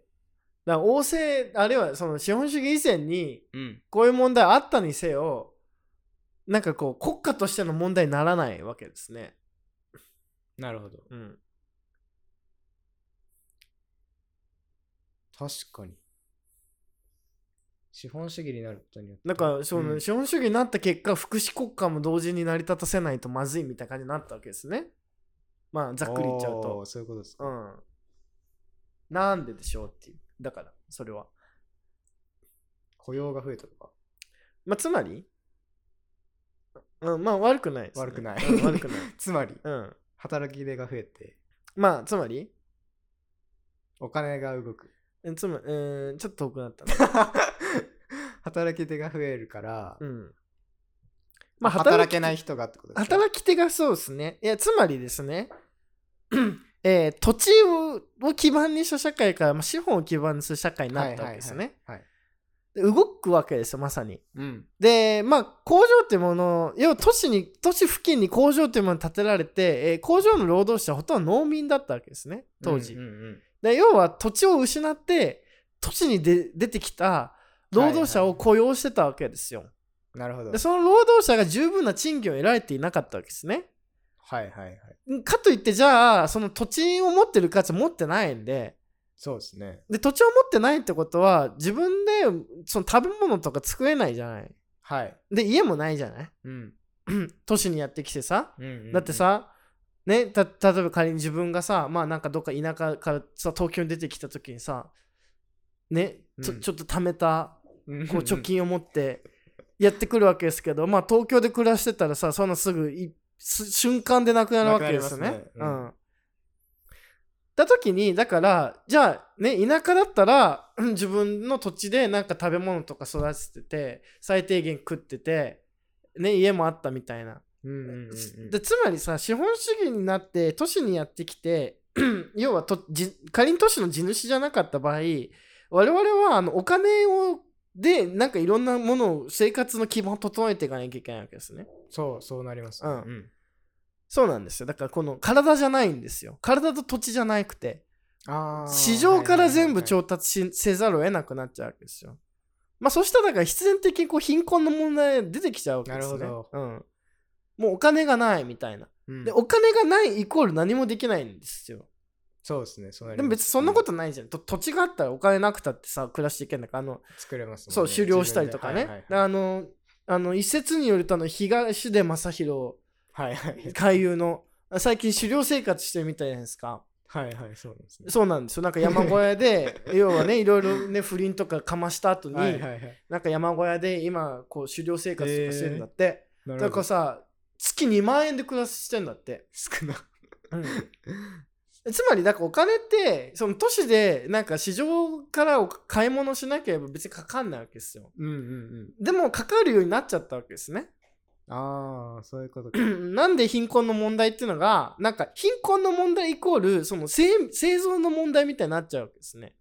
ら王政あるいはその資本主義以前にうん。こういう問題あったにせよなんかこう国家としての問題にならないわけですね。なるほど。うん、確かに。資本主義になることによって。だからそのうん資本主義になった結果、福祉国家も同時に成り立たせないとまずいみたいな感じになったわけですね。まあざっくり言っちゃうおーと。そういうことですか。うん。なんででしょうっていう。だからそれは。雇用が増えたとか。まあつまり、うん、まあ悪くないです、ね。悪くないうん悪くない。つまり、うん。働き手が増えて、まあつまり、お金が *laughs* 動く。うんつまり、うん、ちょっと遠くなったな。働き手が増えるから、うん。まあ、働き働けない人がってことですか働き手がそうですね。いや、つまりですね、 *clears throat* えー土地をを基盤にした社会から、まあ、資本を基盤にする社会になったわけですね。はいはいはいはいで動くわけですよまさに。うん。でまあ工場っていうもの要は都市に都市付近に工場っていうものが建てられて、えー工場の労働者はほとんど農民だったわけですね当時。うんうんで要は土地を失って都市にで出てきた労働者を雇用してたわけですよ、うんなるほど。でその労働者が十分な賃金を得られていなかったわけですねはいはいはい。かといってじゃあその土地を持ってる価値持ってないんでそうですね。で土地を持ってないってことは自分でその食べ物とか作れないじゃないはい。で家もないじゃない *clears throat* うん。都市にやってきてさうんうんうんだって、さ、ね、た例えば仮に自分がさまあなんかどっか田舎からさ東京に出てきた時にさねちょ,、うんちょっと貯めたここう貯。金を持ってやってくるわけですけど、まあ東京で暮らしてたらさそんなすぐいす瞬間でなくなるわけですよね。なくなりますうねうんんだ時にだからじゃあね田舎だったらうん自分の土地でなんか食べ物とか育ててて最低限食ってて、ね、家もあったみたいなうんうんうんうん。でつまりさ資本主義になって都市にやってきて *clears throat* 要はとじ仮に都市の地主じゃなかった場合我々はあのお金をでなんかいろんなものを生活の基盤を整えていかなきゃいけないわけですねそう、そうなります。うんん。そうなんですよだからこの体じゃないんですよ体と土地じゃなくてあー市場から全部はい調達しせざるを得なくなっちゃうわけですよまあそしたらだから必然的にこう貧困の問題が出てきちゃうわけですねなるほうん、もうお金がないみたいなはいはいでうんお金がないイコール何もできないんですよ。そうですね。そうなりでますも別にそんなことないじゃん。と土地があったらお金なくたってさ暮らしていけんだからあの、うん作れますもんねそう狩猟したりとかね。自分であのあの一説によるとあの東出正宏はいはいはい。海遊の最近狩猟生活してるみたいじゃないですか。はいはい、そうなんですね。そうなんですよ。なんか山小屋 *laughs* で要はねいろいろね不倫とかかました後に、はいはいはい。なんか山小屋で今こう狩猟生活とかしてるんだって。なだからさ月2万円で暮らしてんだって。少な。 *laughs* つまりだからお金ってその都市でなんか市場からお買い物しなければ別にかかんないわけですようんうんうん。でもかかるようになっちゃったわけですねああ、そういうことか。なんで貧困の問題っていうのがなんか貧困の問題イコールその生生存の問題みたいになっちゃうわけですね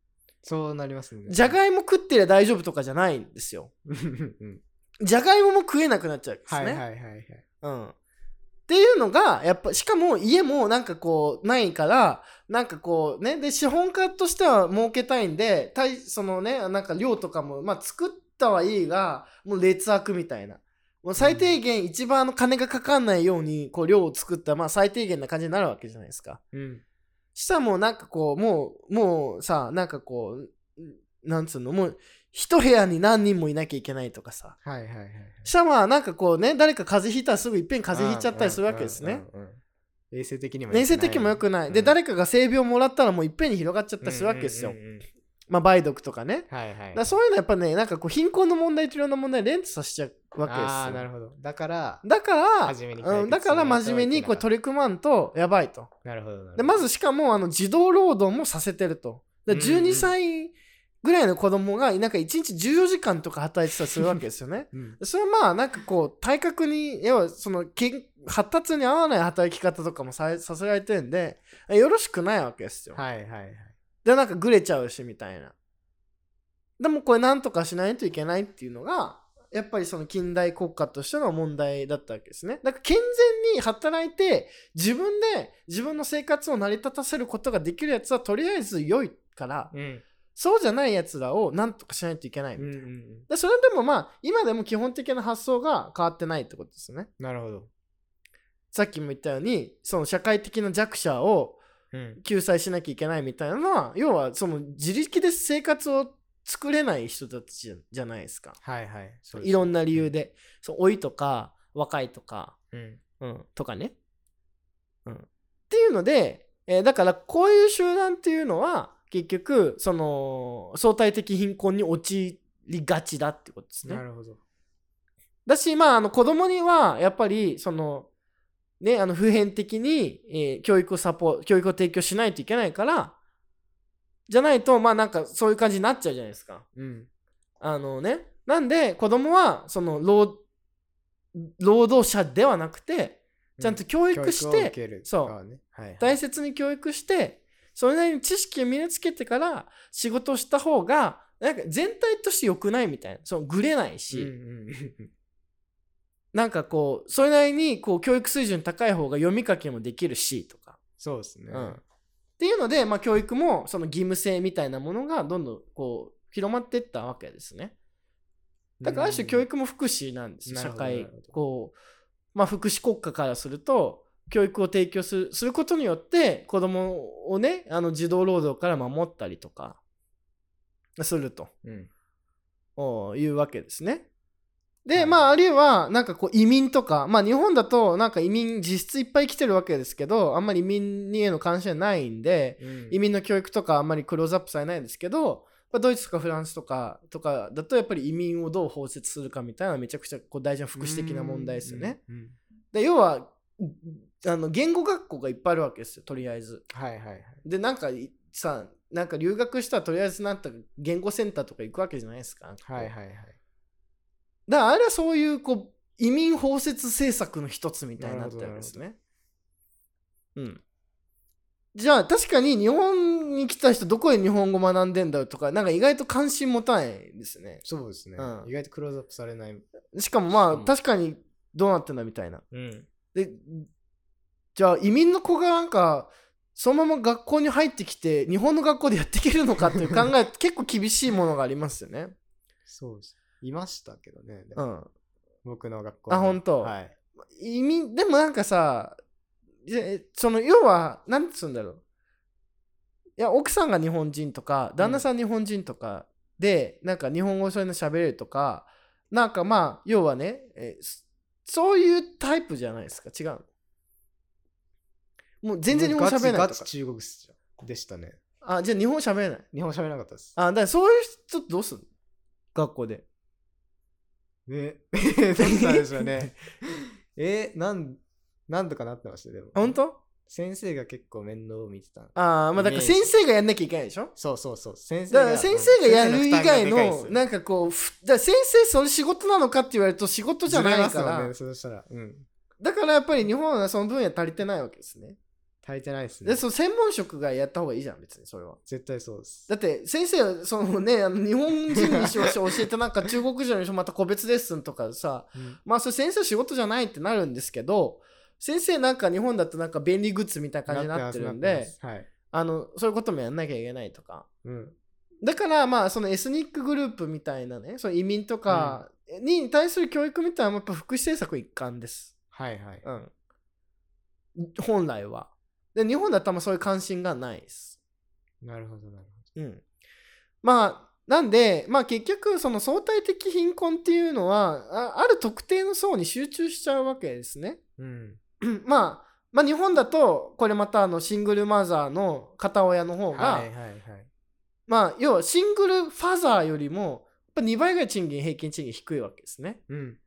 そうなりますね。じゃがいも食ってりゃ大丈夫とかじゃないんですようんうんうんじゃがいもも食えなくなっちゃうわけですはいね、はいはいはい。うんっていうのがやっぱしかも家もなんかこうないからなんかこうねで資本家としては儲けたいんでたいそのねなんか量とかもまあ作ったはいいがもう劣悪みたいなもう最低限一番あの金がかかんないようにこう量を作ったまあ最低限な感じになるわけじゃないですか。うん。したらもうなんかこうもうもうさなんかこうんなんつうのもう一部屋に何人もいなきゃいけないとかさはいはいはい。したらまあなんかこうね誰か風邪ひいたらすぐいっぺん風邪ひいちゃったりするわけですね。うんうんうんうん。衛生的にも良くない。年生的にも良くない、うんで誰かが性病もらったらもういっぺんに広がっちゃったりするわけですよ、うんうんうんうんまあ梅毒とかねはいはだい。からそういうのはやっぱねなんかこう貧困の問題といろんな問題を連鎖させちゃうわけですよああ、なるほど。だから、だから真面目に解決しないとうん、だから真面目にこれ取り組まんとやばいとなるほどなるほど。でまずしかもあの児童労働もさせてるとでうんうん12歳ぐらいの子供がなんか1日14時間とか働いてたりするわけですよねうん、それはまあなんかこう体格に要はそのけん発達に合わない働き方とかもささせられてるんでよろしくないわけですよ、はいはいはい。でなんかグレちゃうしみたいなでもこれなんとかしないといけないっていうのがやっぱりその近代国家としての問題だったわけですねだから健全に働いて自分で自分の生活を成り立たせることができるやつはとりあえず良いからうん。そうじゃないやつらをなんとかしないといけないみうたいんな、うんうん。でそれでもまあ今でも基本的な発想が変わってないってことですねなるほど。さっきも言ったようにその社会的な弱者をうん。救済しなきゃいけないみたいなのは要はその自力で生活を作れない人たちじゃじゃないですかはいはい。そうですいろんな理由で、そう老いとか若いとか、うん。うん、とかね、うん、っていうので、えーだからこういう集団っていうのは結局その相対的貧困に陥りがちだってことですねなるほど。だし、まあ、あの子供にはやっぱりその、ね、あの普遍的に、えー教育をサポ教育を提供しないといけないからじゃないとまあなんかそういう感じになっちゃうじゃないですか。うん。あのね、なんで子供はその労労働者ではなくてちゃんと教育し教育をて、受けるそう側ねはいはい、大切に教育してそれなりに知識を身につけてから仕事をした方がなんか全体として良くないみたいな。そのグレないし、なんかこう、それなりにこう教育水準高い方が読み書きもできるしとか。そうですね。うん。っていうので、まあ教育もその義務性みたいなものがどんどんこう広まっていったわけですね。だからある種教育も福祉なんですよ、なる社ほどな会るほど。こう、まあ福祉国家からすると、教育を提供するすることによって子供をね、あの児童労働から守ったりとかすると。うん。おいうわけですね。で、はいまあ、あるいは、なんかこう、移民とか、まあ、日本だと、なんか移民、実質いっぱい来てるわけですけど、あんまり移民にへの関心はないんで、うん移民の教育とかあんまりクローズアップされないですけど、まあ、ドイツとかフランスとかとかだと、やっぱり移民をどう包摂するかみたいな、めちゃくちゃこう大事な福祉的な問題ですよね。。うんうんで要は、あの言語学校がいっぱいあるわけですよ、とりあえず。はいはいはい。で、なんかいさ、なんか留学したらとりあえずなんとか言語センターとか行くわけじゃないですか。はいはいはだい。からあれはそういうこう移民包摂政策の一つみたいになってるんですね。うん。じゃあ確かに日本に来た人どこで日本語学んでんだろうとかなんか意外と関心持たないですね。そうですね、うん意外とクローズアップされない。しかもまあうん確かにどうなってんだみたいな。うん。でじゃあ移民の子がなんかそのまま学校に入ってきて日本の学校でやっていけるのかっていう考え *laughs* 結構厳しいものがありますよね。そうです。いましたけどね。でうもん。僕の学校に。あ本当はい。移民でもなんかさでその要はなんつうんだろういや奥さんが日本人とか旦那さん日本人とかで、なんか日本語そういうの喋れるとかなんかまあ要はねえーそそういうタイプじゃないですか違うもう全然日本語喋れないガとチかガチ中国っすよでしたね。あじゃあ日本語喋れない日本語喋れなかったです。あだからそういう人どうすんの学校で *laughs* ね。どうしたんでしょうね。え、なん、なんとかなってましたよでも。本当先生が結構面倒を見てた。ああまあだからイメー先ジ生がやんなきゃいけないでしょそうそうそう。先生だから先生がやる以外のんなんかこうふだから先生それ仕事なのかって言われると仕事じゃないから、ね、そうしたら。うん。だからやっぱり日本はその分野足りてないわけですね足りてないですねで。その専門職がやった方がいいじゃん別にそれは絶対そうです。だって先生はそのねあの日本人にしましょ教えてなんか中国人にしまた個別レッスンとかさうんまあそれ先生仕事じゃないってなるんですけど先生なんか日本だとなんか便利グッズみたいな感じになってるんなってでますはい。あのそういうこともやんなきゃいけないとかうん。だからまあそのエスニックグループみたいなねその移民とかに対する教育みたいなのもやっぱ福祉政策一環です、はいはい。うん、本来はで日本だとあんまそういう関心がないです、なるほどなるほうん、まあなんでまあ結局その相対的貧困っていうのはあある特定の層に集中しちゃうわけですね *clears throat* ど。うん。うんまあまあ日本だとこれまたあのシングルマザーの片親の方が、はいはいはい。まあ、要はシングルファザーよりも、やっぱ2倍ぐらい賃金、平均賃金低いわけですね。うん。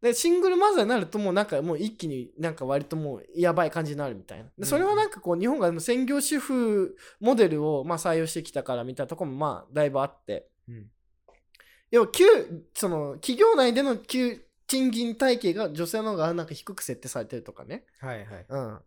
で、シングルマザーになると、もうなんかもう一気になんか割ともうやばい感じになるみたいな。でそれはなんかこう、日本がもう専業主婦モデルをまあ採用してきたからみたいなところもまあ、だいぶあって。うん要は、給その、企業内での給賃金体系が女性の方がなんか低く設定されてるとかね。はいはい。うん。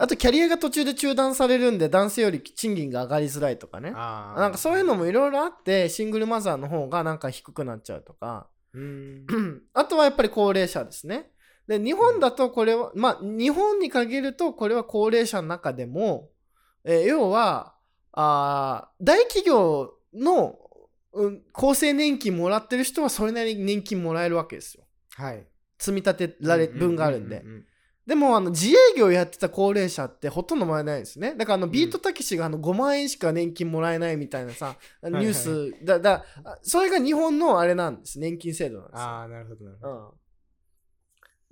あと、キャリアが途中で中断されるんで、男性より賃金が上がりづらいとかね。ああ。なんかそういうのもいろいろあってシングルマザーの方がなんか低くなっちゃうとかうん。あとはやっぱり高齢者ですねで日本だとこれはまあ日本に限るとこれは高齢者の中でも、えー要はあー大企業の、うん、厚生年金もらってる人はそれなりに年金もらえるわけですよはい。積み立てられ分があるんでうううでもあの自営業やってた高齢者ってほとんどもらえないんですねだからあのビートたけしがあの5万円しか年金もらえないみたいなさ、いニュース、だだあそれが日本のあれなんです年金制度なんですよああ、なるほどなるほうど。ん、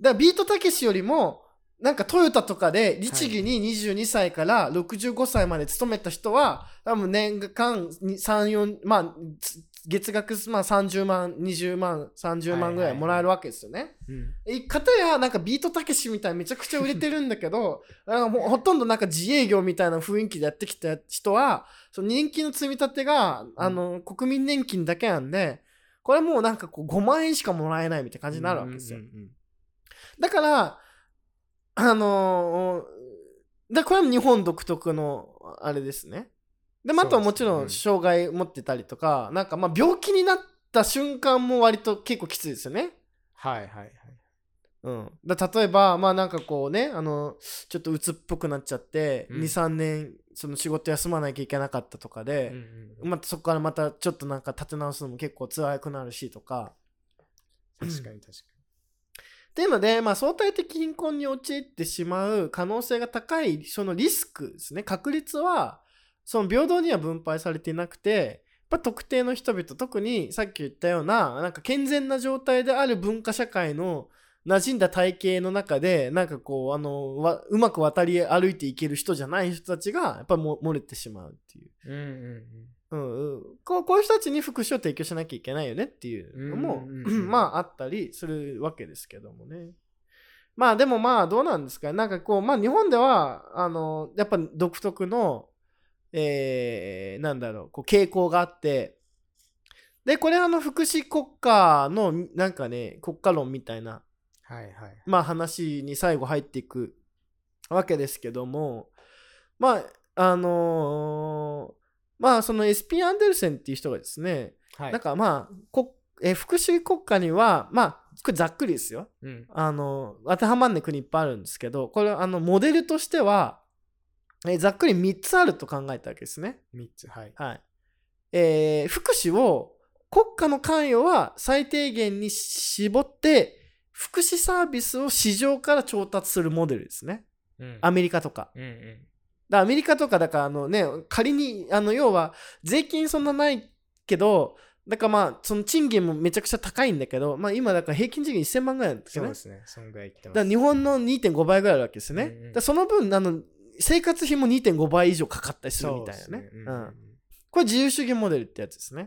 だからビートたけしよりもなんかトヨタとかで律儀に22歳から65歳まで勤めた人は多分年間34まあつ月額まあ30万20万30万ぐらいもらえるわけですよね、うん。え方やなんかビートたけしみたいにめちゃくちゃ売れてるんだけど *laughs* なんかもうほとんどなんか自営業みたいな雰囲気でやってきた人はその年金の積み立てが、あの国民年金だけなんでこれもうなんかこう5万円しかもらえないみたいな感じになるわけですよ、うんうんうんだからあのーだからこれも日本独特のあれですねでもあとはそもうちですねろん障害持ってたりとか、なんかまあ病気になった瞬間も割と結構きついですよね。はいはいはい。うん、だ例えばまあなんかこうねあのちょっと鬱っぽくなっちゃって、うん23年その仕事休まなきゃいけなかったとかうんで、うんうんまたそこからまたちょっとなんか立て直すのも結構辛くなるしとか確かに確かっていうので、まあ、相対的貧困に陥ってしまう可能性が高いそのリスクですね確率はその平等には分配されていなくてやっぱ特定の人々特にさっき言ったようななんか健全な状態である文化社会の馴染んだ体系の中でなんかこうあのわうまく渡り歩いていける人じゃない人たちがやっぱも漏れてしまうっていう、に。うんうんうん、こうこういう人たちに福祉を提供しなきゃいけないよねっていうのも、うんうんう *clears throat* んまああったりするわけですけどもね。まあでもまあどうなんですかねなんかこうまあ日本ではあのやっぱ独特の、えーなんだろうこう傾向があってでこれあの福祉国家のなんかね国家論みたいなはいはい。まあ話に最後入っていくわけですけどもまああのーまあその SP アンデルセンっていう人がですね、はい。なんかまあこえー福祉国家にはまあこれざっくりですようん。あの当てはまんない国いっぱいあるんですけどこれあのモデルとしてはえーざっくり3つあると考えたわけですね。 3つ。はい。はいえー福祉を国家の関与は最低限に絞って福祉サービスを市場から調達するモデルですねうんアメリカとか。うんうん。だからアメリカとかだからあのね仮にあの要は税金そんなないけどだからまあその賃金もめちゃくちゃ高いんだけど、まあ、今だから平均賃金1000万ぐらいなんですそようねで。すね。そんぐらいいってだまからす。日本の2.5倍ぐらいあるわけですよね。うんうんだからその分あの生活費も2.5倍以上かかったりするみたいなね。そうですうん、これ自由主義モデルってやつですね。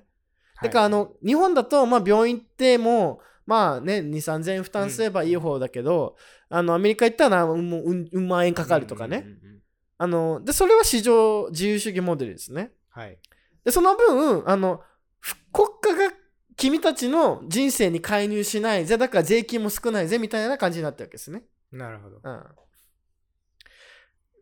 はいだからあの、日本だとまあ病院行ってもまあね2 3 0 0 0円負担すればいい方だけど、あのアメリカ行ったらもううんうん万円かかるとかね、うんうんうんうんあのでそれは市場自由主義モデルですねはい。でその分あのふ国家が君たちの人生に介入しないぜだから税金も少ないぜみたいな感じになったわけですねなるほど。うん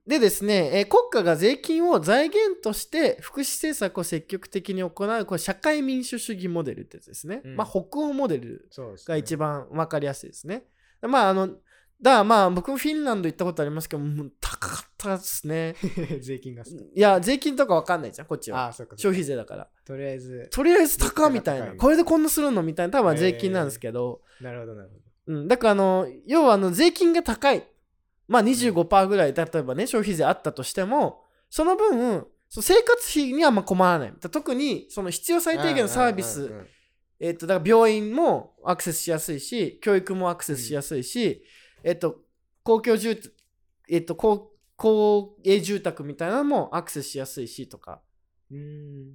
でですね、えー国家が税金を財源として福祉政策を積極的に行うこれ社会民主主義モデルってやつですね、うんまあ、北欧モデルそうですね。が一番分かりやすいですね。まああのだからまあ僕もフィンランド行ったことありますけどもう高かったです *laughs* ね。税金が少ない。いや税金とか分かんないじゃんこっちあはあ、そうか。消費税だから。とりあえず、とりあえず高っみたいな物価が高いこれでこんなするのみたいな多分税金なんですけど。なるほど、なるほど。うん、だからあの要はあの税金が高い、まあ、25%ぐらい例えばね消費税あったとしてもその分その生活費にはまあ困らないだ特にその必要最低限のサービス、うんうんうんうんえっとだから病院もアクセスしやすいし教育もアクセスしやすいし、えっと公共住宅、えっと公公営住宅みたいなのもアクセスしやすいしとか。うん。で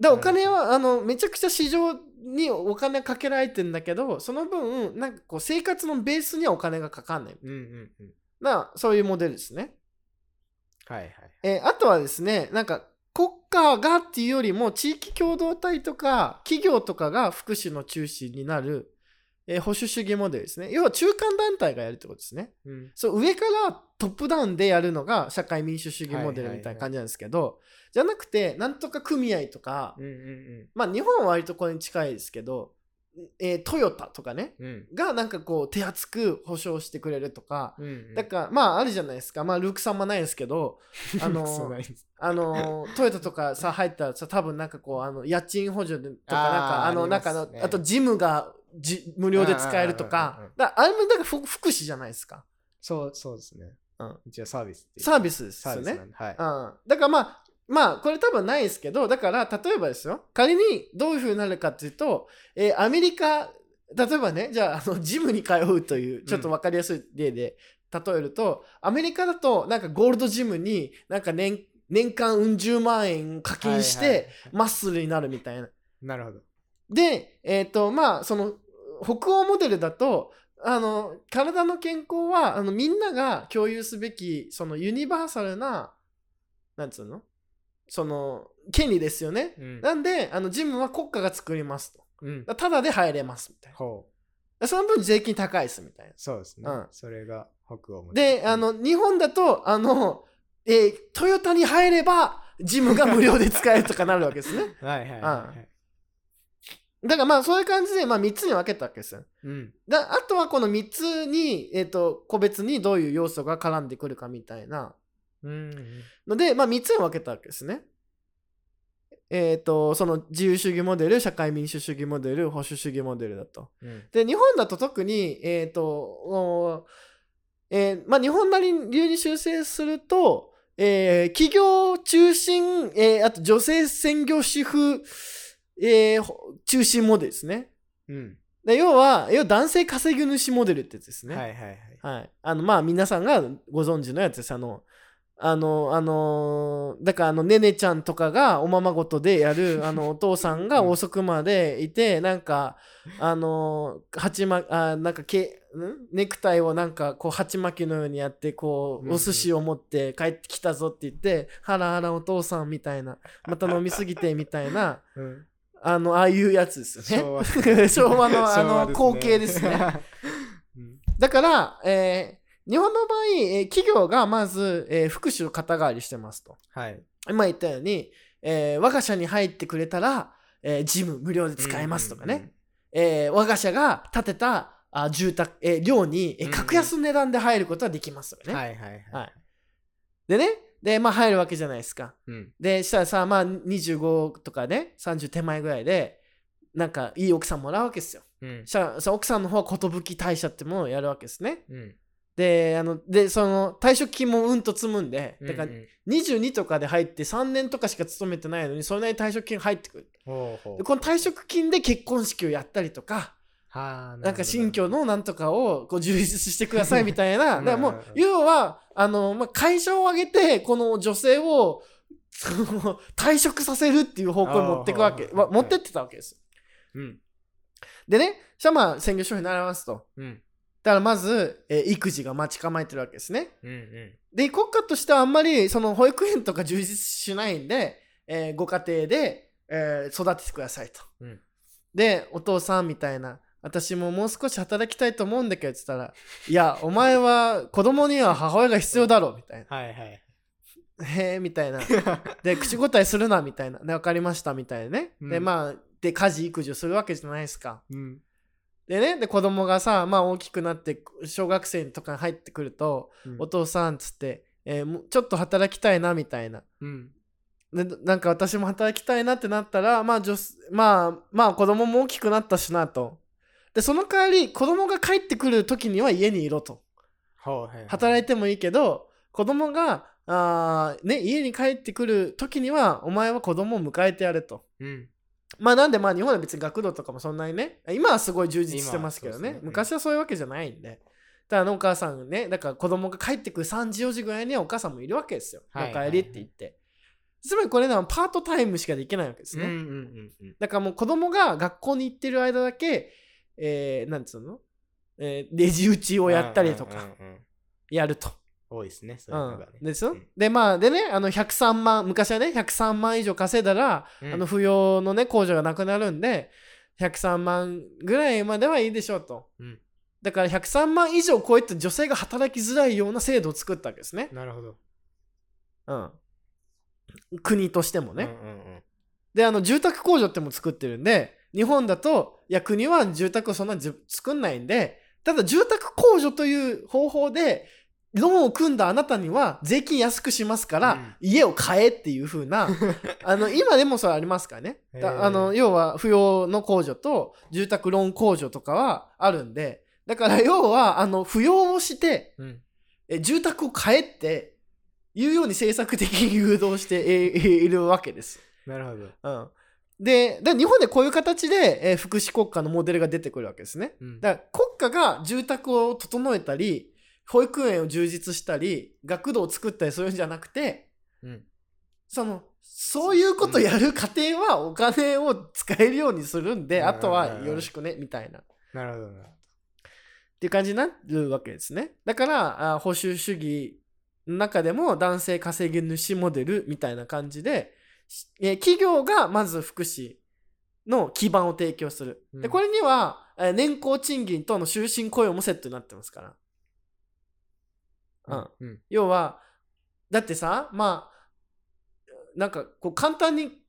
なるおほど金はあのめちゃくちゃ市場にお金かけられてんだけどその分なんかこう生活のベースにはお金がかかんないうんうんうん。なそういうモデルですね、はいはい。えーあとはですねなんか国家がっていうよりも地域共同体とか企業とかが福祉の中心になる、えー保守主義モデルですね要は中間団体がやるってことですねうん。そう上からトップダウンでやるのが社会民主主義モデルみたいな感じなんですけど、じゃなくてなんとか組合とか、うんうんまあ日本は割とこれに近いですけど、えートヨタとかねうん。うん。がなんかこう手厚く保証してくれるとか、うんうんだからまああるじゃないですかまあルークさんもないですけ *laughs* どあのそうなんですあのトヨタとか *laughs* さ入ったらさ多分なんかこうあの家賃補助でとかなんかあーあのありなまんすかあのねあとジムがじ無料で使えるとうんうんかうんうんだからあれもなんかふ福祉じゃないですかそう、そうですね。うん。一応サービスっていうサービスですサーよビスねなんで。はい。うん、だからまあまあこれ多分ないですけどだから例えばですよ仮にどういうふうになるかっていうと、えーアメリカ例えばねじゃああのジムに通うというちょっと分かりやすい例で例えると、アメリカだとなんかゴールドジムになんか年年間うん十万円課金して、はいはいマッスルになるみたいな。なるほど。でえっ、とまあその北欧モデルだとあの体の健康はあのみんなが共有すべきそのユニバーサルななんつうのその権利ですよね、うんなんであのジムは国家が作りますとうん。だただで入れますみたいほう。なその分税金高いですみたいなそうですねうん。それが北欧もであ、の日本だとあのえートヨタに入れば、ジムが無料で使えるとかなるわけですね。はいはいはい、ああはい。だからまあ、そういう感じで、まあ、3つに分けたわけですよ。うん。だあとはこの3つに、えっ、と、個別にどういう要素が絡んでくるかみたいな。うん。ので、まあ、3つに分けたわけですね。えっ、と、その自由主義モデル、社会民主主義モデル、保守主義モデルだと。うん。で、日本だと特に、えっ、と、おーえーまあ、日本なり流に修正すると、えー企業中心、えーあと女性専業主婦、えーほ中心モデルですね。うん。で要は、要は男性稼ぎ主モデルってやつですね。はいはいはい。はい、あのまあ皆さんがご存知のやつですあのあのあのだからあのねねちゃんとかがおままごとでやる *laughs* あのお父さんが遅くまでいてなんかあの鉢まあなんかけんネクタイをなんかこう鉢巻きのようにやってこうんううんお寿司を持って帰ってきたぞって言って「ハラハラお父さん」みたいなまた飲みすぎてみたいなうん。あのああいうやつですよね。*laughs* *laughs* 昭和昭和のあ昭和のですね光景ですね。 *laughs* うん。だから、えー日本の場合、えー企業がまず、えー福祉を肩代わりしてますと。はい。今言ったように、えー我が社に入ってくれたら、えージム無料で使えますとかね。えー我が社が建てたあ住宅、えー寮に、えーうんうん格安値段で入ることはできますとかうん。ね。はいはいははいい。でね、で、まあ入るわけじゃないですか。うん。で、したらさ、まあ25とかね、30手前ぐらいで、なんかいい奥さんもらうわけですよ。うんし。たらさ奥さんの方は寿大社ってものをやるわけですね。うん。で、あの、で、その、退職金もうんと積むんで、だからうんうん22とかで入って3年とかしか勤めてないのに、それなりに退職金入ってくる。ほうほでう。この退職金で結婚式をやったりとか、はあ、なんか新居居のなんとかをこう充実してくださいみたいな。うだんからもう、要は、あの、まあ、会社を挙げて、この女性を、その退職させるっていう方向に持ってくわけ、あーわ持ってってたわけです。うん。でね、じゃあまあ、専業主婦になりますと。うん。だからまず、えー育児が待ち構えてるわけですね。うん。うん。で国家としてはあんまりその保育園とか充実しないんで、えーご家庭で、えー育ててくださいと、うんでお父さんみたいな私ももう少し働きたいと思うんだけどって言ったら「いやお前は子供には母親が必要だろ」みたいはいはい。な「 *laughs* へえ」みたい *laughs* なで口答えするなみたいな「で分かりました」みたいなね、うんでまあで家事育児をするわけじゃないですかうん。でねで子供がさまあ大きくなって小学生とかに入ってくると、お父さんっつって、えーもうちょっと働きたいなみたいな。うん。でなんか私も働きたいなってなったら、まあ女す、まあ、まあ子供も大きくなったしなと。で、その代わり子供が帰ってくる時には家にいろと。ほうはい。働いて。てもいいけど、子供が、あーね、家に帰ってくる時には、お前は子供を迎えてやれと。うん。まあなんでまあ日本は別に学童とかもそんなにね今はすごい充実してますけどね今はそうですねうん昔はそういうわけじゃないんでだからお母さんねだから子供が帰ってくる3時4時ぐらいにはお母さんもいるわけですよ、はいお帰りって言ってつまりこれはパートタイムしかできないわけですうん。ね、うん。うん。だからもう子供が学校に行ってる間だけえー、なんつうの、えーレジ打ちをやったりとかうんうんうんやると、多いですね、そうういうのがんね。でしょ、うんでまあでねあの103万昔はね103万以上稼いだらうんあの扶養のね控除がなくなるんで103万ぐらいまではいいでしょうと、うんだから103万以上超えて女性が働きづらいような制度を作ったわけですね、なるほど。うん、国としてもね、うんうんうん。であの住宅控除っても作ってるんで日本だといや国は住宅をそんなにじゅ作んないんでただ住宅控除という方法でローンを組んだあなたには税金安くしますから、うん家を買えっていう風 *laughs* なあの今でもそれありますからねだへーあの要は扶養の控除と住宅ローン控除とかはあるんでだから要はあの扶養をしてうん。え住宅を買えっていうように政策的に誘導してえ *laughs* いるわけです。なるほど。うん、でで日本でこういう形で、えー福祉国家のモデルが出てくるわけですね。うん。だから国家が住宅を整えたり保育園を充実したり学童を作ったりするんじゃなくてうん。そのそういうことやる家庭はお金を使えるようにするんで、うんあとはよろしくねみたいな。なるほどな。っていう感じになるわけですね。だから、あ保守主義の中でも男性稼ぎ主モデルみたいな感じで、しえー企業がまず福祉の基盤を提供する。うんで、これには、えー年功賃金との終身雇用もセットになってますから。うん。うん。要は、だってさまあなんかこう簡単に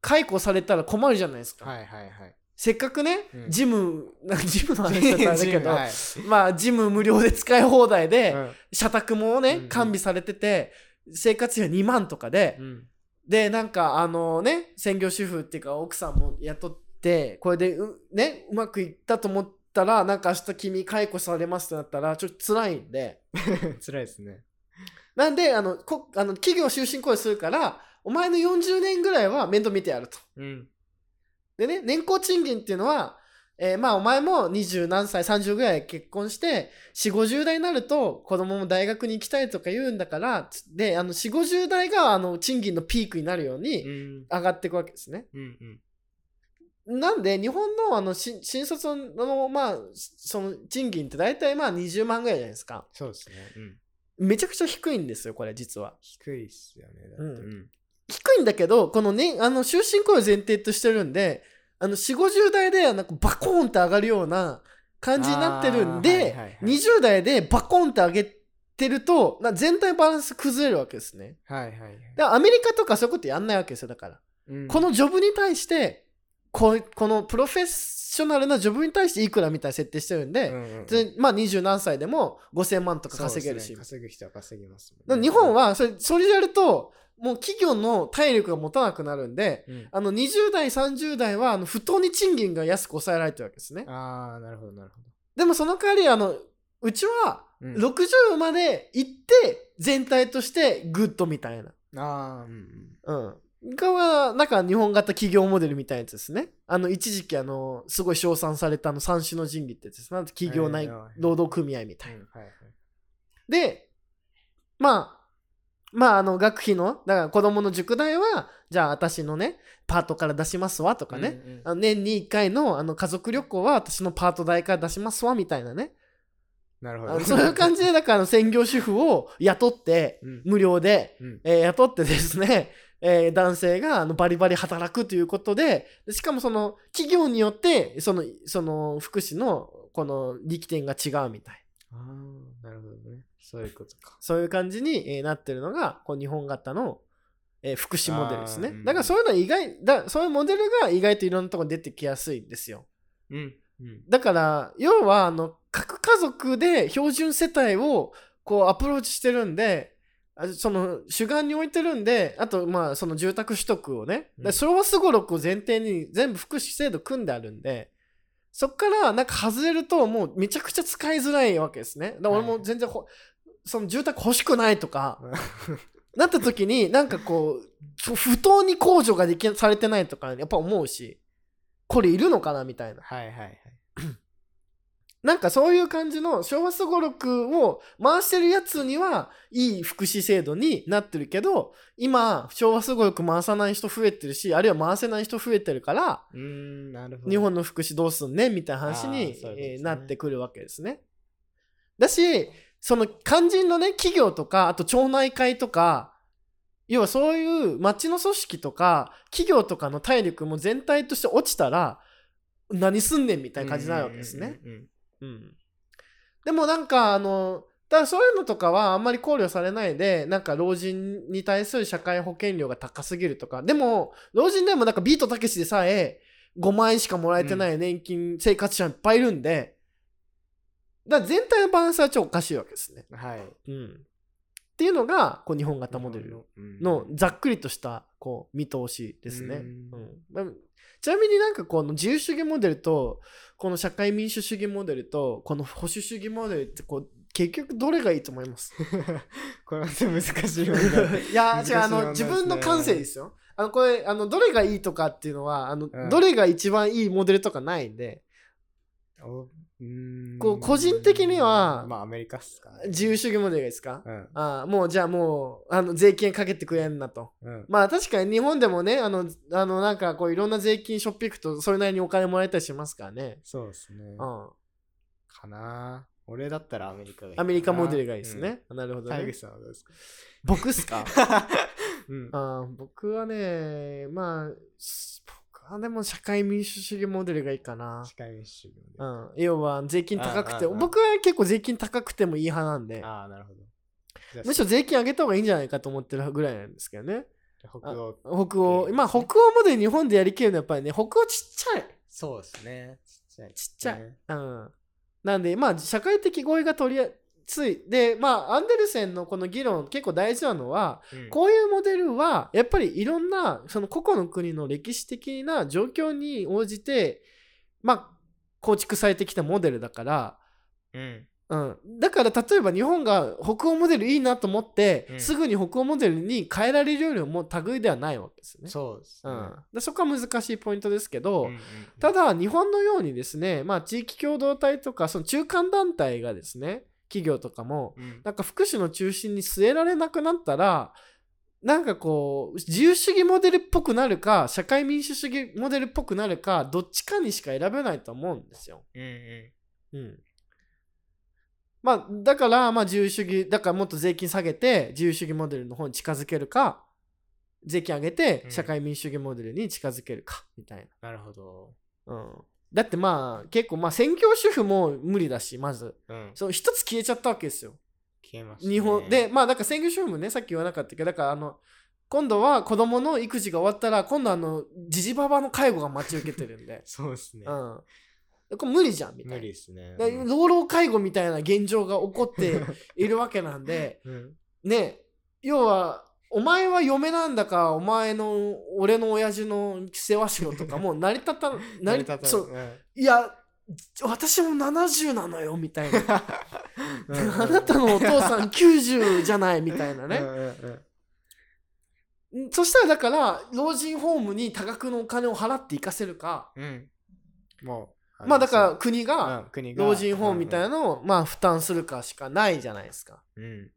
解雇されたら困るじゃないですか、はいは *laughs* いはい。せっかくね、うんジム *laughs* なジムの話だったらあれだジけムど、 *laughs* はいまあジム無料で使い放題で、うん社宅もね、うんうん完備されてて生活費は2万とかで、うんでなんかあのね専業主婦っていうか奥さんも雇ってこれでう,、ね、うまくいったと思ったらなんか明日君解雇されますってなったらちょっと辛いんで辛いですね。なんであのこあの企業終身雇用するからお前の40年ぐらいは面倒見てやると。うん。でね年功賃金っていうのは、えーまあお前も20何歳30ぐらいで結婚して4 5 0代になると子供も大学に行きたいとか言うんだからつであの4 5 0代があの賃金のピークになるよううにん。上がっていくわけですね。うん。うん。なんで日本のあの新新卒の,、まあ、その賃金って大体まあ20万ぐらいじゃないですかそうですね。うん。めちゃくちゃ低いんですよこれ実は低いっすよね。だって。うんん。低いんだけどこの,、ね、あの終身雇用前提としてるんであの4 5 0代ではなんかバコーンって上がるような感じになってるんあーはいで、はいはい20代でバコーンって上げてるとな全体バランス崩れるわけですねはいはいはい。だからアメリカとかそういうことやんないわけですよだからうんこ、のジョブに対してここのプロフェッショナルなジョブに対していくらみたいな設定してるんで、うんうんうんでまあ二十何歳でも5000万とか稼げるそうし、ですね稼ぐ人は稼ぎますもだんからね。日本はそれそれやるともう企業の体力が持たなくなるんでうん、あの20代30代はあの不当に賃金が安く抑えられてるわけですねああ、なるほど、なるほど。でもその代わりあのうちはうん60まで行って全体としてグッドみたいなああ、うんうん。うんがなんか日本型企業モデルみたいなやつですねあの一時期あのすごい称賛されたあの三種の神器ってやつですなんて企業内労働組合みたいなうんはいはい。で、まあ、まあ、あの、学費の、だから子供の塾代は、じゃあ私のね、パートから出しますわとかね、うんうん。あの年に1回のあの家族旅行は私のパート代から出しますわみたいなね、なるほあど。のそういう感じで、だからあの専業主婦を雇って、 *laughs* うん無料で、うん。えー雇ってですね、えー男性があのバリバリ働くということで、でしかもその企業によって、その、その福祉のこの力点が違うみたいな。ああ、なるほどね。そういうことか。そういう感じにえーなってるのが、こう日本型の、えー福祉モデルですねあーうん。だからそういうのは意外、だそういうモデルが意外といろんなところに出てきやすいんですよ。うん。うん。だから、要は、あの、各家族で標準世帯をこうアプローチしてるんで、あその主眼に置いてるんで、あと、まあ、その住宅取得をね、うんでそれはすごろくを前提に全部福祉制度組んであるんで、そっからなんか外れると、もうめちゃくちゃ使いづらいわけですね。だから俺も全然ほ、その住宅欲しくないとか、 *laughs* なった時に、なんかこう、そう不当に控除ができされてないとか、やっぱ思うし、これいるのかなみたいな。はいはいはい。なんかそういう感じの昭和すごろくを回してるやつにはいい福祉制度になってるけど今昭和すごろく回さない人増えてるしあるいは回せない人増えてるからうーん、なるほど。日本の福祉どうすんねんみたいな話あにーそういうことえですねーなってくるわけですね。だしその肝心のね企業とかあと町内会とか要はそういう町の組織とか企業とかの体力も全体として落ちたら何すんねんみたいな感じになるわけですね。うんうんうんうん。うん、でもなんかあのだからそういうのとかはあんまり考慮されないでなんか老人に対する社会保険料が高すぎるとかでも老人でもなんかビートたけしでさえ5万円しかもらえてない年金生活者いっぱいいるんで、だから全体のバランスはちょっとおかしいわけですね。はい。うん、っていうのがこう日本型モデルのざっくりとしたこう見通しですね。ううんんまあちなみになんかこの自由主義モデルとこの社会民主主義モデルとこの保守主義モデルってこう結局どれがいいと思います *laughs* *laughs* これは難しい問題。いや難し違いうあの問題で自すね分の感性ですよ。あのこれあのどれがいいとかっていうのはあの、うんどれが一番いいモデルとかないんでおうーんこう個人的にはまあ、アメリカっすかね。自由主義モデルがいいですか、うん。ああもうじゃあもうあの税金かけてくれんなと。うん。まあ確かに日本でもね、あの、あのなんかこういろんな税金ショッピングとそれなりにお金もらえたりしますからね。そうですね。うん。かなぁ俺だったらアメリカがいいかな。アメリカモデルがいいですね。なるほうん。どタイねグ。さんはどうですか僕っす *laughs* かうん。あー僕はね、まあ、す僕はでも社会民主主義モデルがいいかな。近い主義モデうん、要は税金高くて、うんうんうん僕は結構税金高くてもいい派なんでル。、ああ、なるほど。じゃあむしろ税金上げた方がいいんじゃないかと思ってるぐらいなんですけどね。北欧。北欧、うんまあ北欧まで日本でやりきるのはやっぱりね、北欧ちっちゃい。そうですね。ちっちゃい。ちっちゃい。うん。なんで、まあ社会的合意が取りやすい。で、まあアンデルセンのこの議論結構大事なのは、うんこういうモデルはやっぱりいろんなその個々の国の歴史的な状況に応じて、まあ構築されてきたモデルだから、うん。うん、だから例えば日本が北欧モデルいいなと思って、うんすぐに北欧モデルに変えられるよりももう類ではないわけですよね。そうですうね。ん、でそこは難しいポイントですけど、うんうんただ日本のようにですね、まあ、地域共同体とかその中間団体がですね企業とかもうんなんか福祉の中心に据えられなくなったらなんかこう自由主義モデルっぽくなるか社会民主主義モデルっぽくなるかどっちかにしか選べないと思うんですよ。うんうんうん。まあ、だから、まあ、自由主義、だからもっと税金下げて、自由主義モデルの方に近づけるか、税金上げてう、ん社会民主主義モデルに近づけるか、みたいなるほど。な。うん。だってまあ、結構、まあ、専業主婦も無理だし、まず。うん。そう、一つ消えちゃったわけですよ。消えますね。。日本、で、まあ、だから専業主婦もね、さっき言わなかったけど、だから、あの、今度は子供の育児が終わったら、今度あの、じじばばの介護が待ち受けてるんでそうですねう。ん。これ無理じゃん、みたいな無。理ですね。だうん老老介護みたいな現状が起こっているわけなんでうんね要はお前は嫁なんだかお前の俺の親父の世話しろとかもう成り立た成成り立り立たたそううんいや私も70なのよみたいなうん *laughs* あなたのお父さん90じゃないみたいなうんねうんうんそしたらだから老人ホームに多額のお金を払って行かせるかうんもう。まあだから国らが国が老人ホームみたいなな。のをまあ負担するかしかないじゃないですか。うん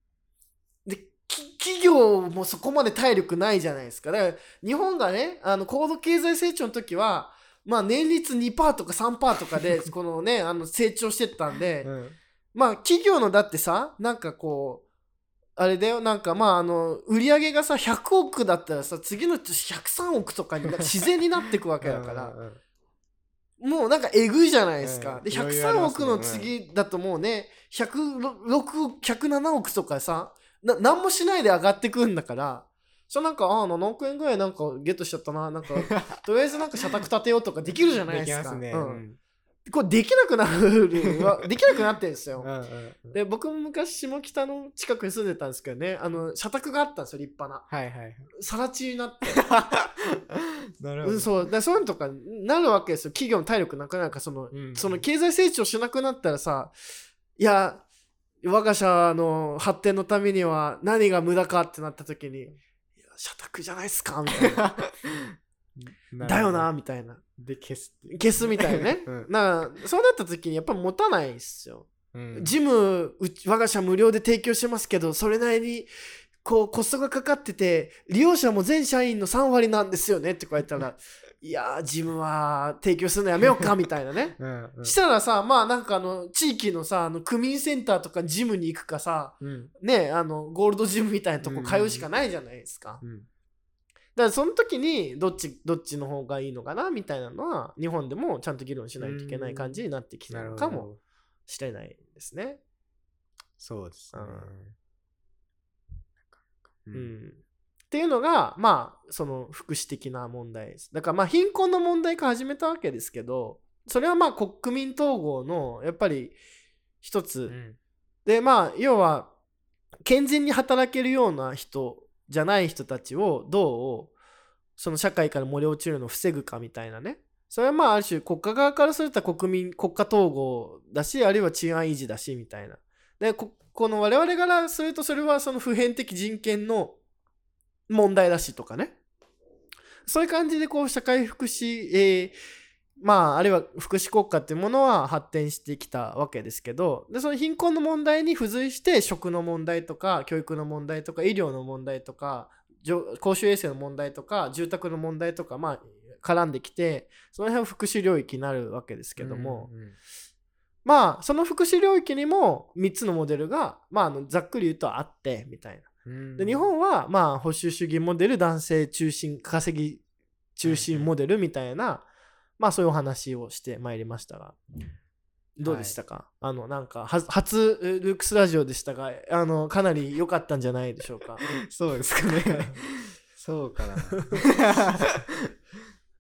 でき企業もそこまで体力ないじゃないですかだから日本がねあの高度経済成長の時はまあ年率2%とか3%とか *laughs* でこのねあの成長してったんで、うんまあ企業のだってさなんかこうあれだよなんかまああの売り上げがさ100億だったらさ次の年103億とかになんか自然になっていくわけだからうん *laughs* うんもうなんかえぐいじゃないですか、うんでいろいろあり103ます億ねの次だともうね106億107億とかさな何もしないで上がってくんだからそれなんかああ7億円ぐらいなんかゲットしちゃったななん *laughs* かとりあえずなんか社宅建てようとかできるじゃないですきかますね。ううんんこれできなくなる *laughs* はできなくなってるんですよ、うんうんうんで僕も昔下北の近くに住んでたんですけどねあの社宅があったんですよ立派なはいはい。更地になってなるうん、そうだそういうのとかなるわけですよ企業の体力なくなるからその,、うんその経済成長しなくなったらさいや我が社の発展のためには何が無駄かってなった時に「いや社宅じゃないっすか」み *laughs* たいな「なるほどだよな」。みたいなで、消すって。消すみたいなね *laughs* うんなそうなった時にやっぱ持たないっすようんジムうち我が社無料で提供してますけどそれなりにこうコストがかかってて利用者も全社員の3割なんですよねって言われた *laughs* らいやージムは提供するのやめようかみたいなねうんうんしたらさまあなんかあの地域のさあの区民センターとかジムに行くかさうんねあのゴールドジムみたいなとこ通うしかないじゃないですかうんだからその時にどっちどっちの方がいいのかなみたいなのは日本でもちゃんと議論しないといけない感じになってきてなるるのほかもど。しれないですね。そうですねうん。ううんんっていうのがまあその福祉的な問題ですだからまあ貧困の問題から始めたわけですけどそれはまあ国民統合のやっぱり一つ、うんでまあ要は健全に働けるような人じゃない人たちをどうその社会から漏れ落ちるのを防ぐかみたいなねそれはまあある種国家側からすると国民国家統合だしあるいは治安維持だしみたいなでここの我々からするとそれはその普遍的人権の問題だしとかねそういう感じでこう社会福祉、えーまああるいは福祉国家っていうものは発展してきたわけですけどでその貧困の問題に付随して食の問題とか教育の問題とか医療の問題とかじょ公衆衛生の問題とか住宅の問題とかまあ絡んできてその辺は福祉領域になるわけですけども、うんうんまあその福祉領域にも3つのモデルが、まあ、あのざっくり言うとあってみたいな。うんで日本はまあ保守主義モデル男性中心稼ぎ中心モデルみたいな、まあそういうお話をしてまいりましたがどうでしたか、あの、なんか、は初えルークスラジオでしたが、あの、かなり良かったんじゃないでしょうか。そうです *laughs* かね。そうかな。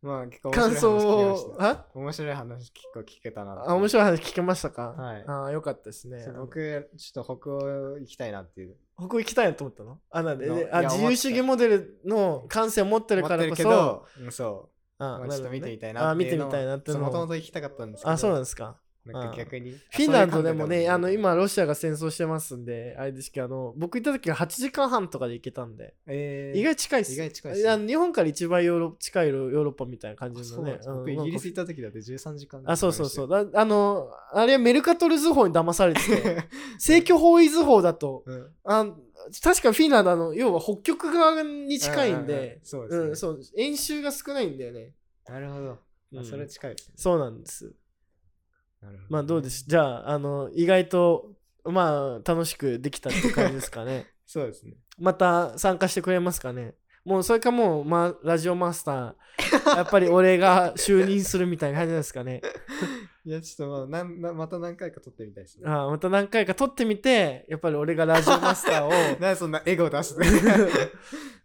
まあ、結構面白い話聞きました感想を、あ面白い話結構聞けたな。あ面白い話聞けましたかはいあ良かったですねそ。う僕、ちょっと北欧行きたいなっていう。北欧行きたいなと思ったのあ、なんで、のでいやあ自思って由主義モデルの感性を持ってる思かってらるこけそ、ど、うんそう。あまあなちるほょっどと見てねみたいなあって見いてうみのもたいなっていうのもとももと行きたかったんですけどあ、そうなんですか。なんか逆にフィンランドでもね、あの、今、ロロシアが戦争してますんで、あれですけど、あの、僕行った時は8時間半とかで行けたんで、えー、意外近いっす。意外近いっいすや日本から一番ヨーロ近いヨーロッパみたいな感あじのそうなんねです。うん僕イギリス行った時だって13時間あそうそうそううだあのあれはメルカトル図法に騙されてて *laughs* 正教方位図法だとうんあ確かフィンランドあの要は北極側に近いんうううでんそうですね、うんそう演習が少ないんだよね、なるほど、うあんそれ近いですねそうなんですなるほどねまあどうですじゃああの意外とまあ楽しくできたって感じですかね *laughs* そうですねまた参加してくれますかねもうそれかもう、まあ、ラジオマスターやっぱり俺が就任するみたいな感じですか *laughs* ねいやちょっとまあなんなまた何回か撮ってみたいですねああまた何回か撮ってみてやっぱり俺がラジオマス *laughs* ターをなんでそんなエゴ *laughs* 出す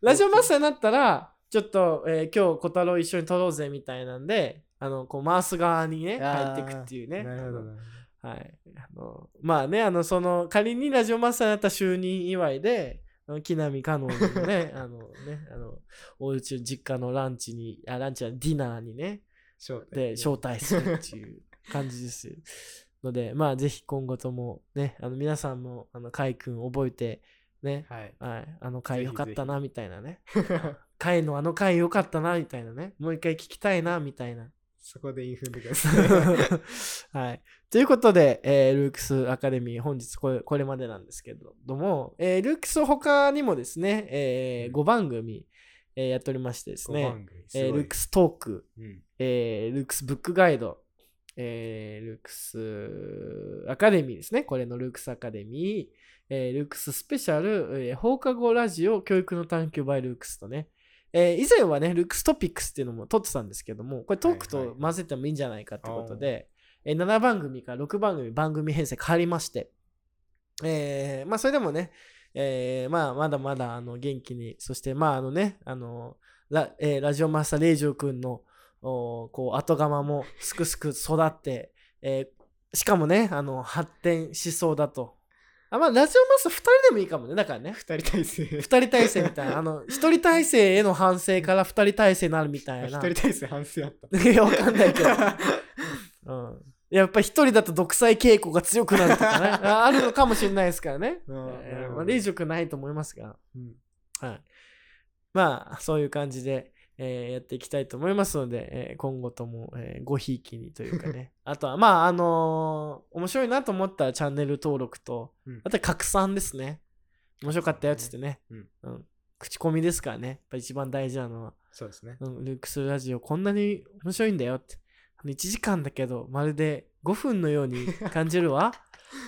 ラジオマスターになったらちょっと、えー今日小太郎一緒に撮ろうぜみたいなんであのこう回す側にねあー入っていくっていうね *laughs* なるほどなはいあのまあねあのその仮にラジオマスターになった就任祝いであの木南香音の *laughs* ねあのねあのおうち実家のランチにあランチはディナーにねそうで招待するっていう感じですよ *laughs* のでまあぜひ今後ともねあの皆さんもあの海君覚えてねはいはいあの回ぜ良ひかったなみたいなね回のあの回良かったなみたいなねもう一回聞きたいなみたいな *laughs* そこでインフンでください *laughs* はいということで、えールークスアカデミー本日これこれまでなんですけれども、えールークス他にもですね、え5番組、えーやっておりましてですね、えールークス、ストークうんえールークスブックガイド、えールークスアカデミーですね。これのルークスアカデミー、えールークススペシャル、えー放課後ラジオ教育の探求 by ルークスとね、えー以前はね、ルークストピックスっていうのも撮ってたんですけども、これトークはいはとい混ぜてもいいんじゃないかってことで、えー7番組から6番組番組編成変わりまして、えーまあそれでもね、えーまあまだまだあの元気に、そしてまああのね、あのラ,、えーラジオマスターレイジョー君のおこう後釜もすくすく育って、えーしかもねあの発展しそうだとあまあラジオマスター2人でもいいかもねだからね二人体制2人体制みたいなあの1人体制への反省から2人体制になるみたい *laughs* 一な人体制反省あったいや *laughs* わかんないけど、うん、やっぱ1人だと独裁傾向が強くなると *laughs* かねああるのかもしれないですからね、うんえーなるほどまあ、霊塾ないと思いますがうんはい。まあ、そういう感じで、えーやっていきたいと思いますので、えー今後とも、えーごひいきにというか *laughs* ね。あとは、まあ、あのー面白いなと思ったらチャンネル登録と、うんあとは拡散ですね。面白かったよっつってね。そうですうん口コミですからね。やっぱ一番大事なのは、そうですねうん、ルックスラジオこんなに面白いんだよって。1時間だけど、まるで5分のよう *laughs* に感じるわ。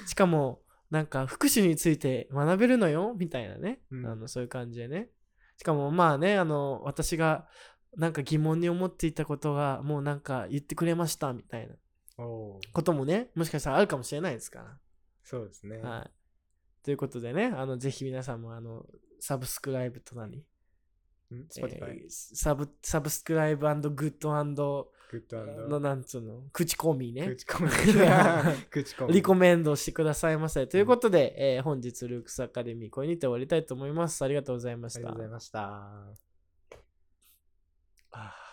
しかも、なんか福祉について学べるのよ、みたいなね。うんあのそういう感じでね。しかも、まあね、あの、私がなんか疑問に思っていたことが、もうなんか言ってくれました、みたいなおーこともね、もしかしたらあるかもしれないですから。そうですねはい。ということでね、あの、ぜひ皆さんも、あの、サブスクライブと何、うんえ Spotify ーサブサブスクライブグッドグッドアンドのなんつうの口コミね口コミ *laughs* 口コミ *laughs* リコメンドしてくださいませということで、えー本日ルークスアカデミーこれにて終わりたいと思いますありがとうございまあしりがとたうございましたあー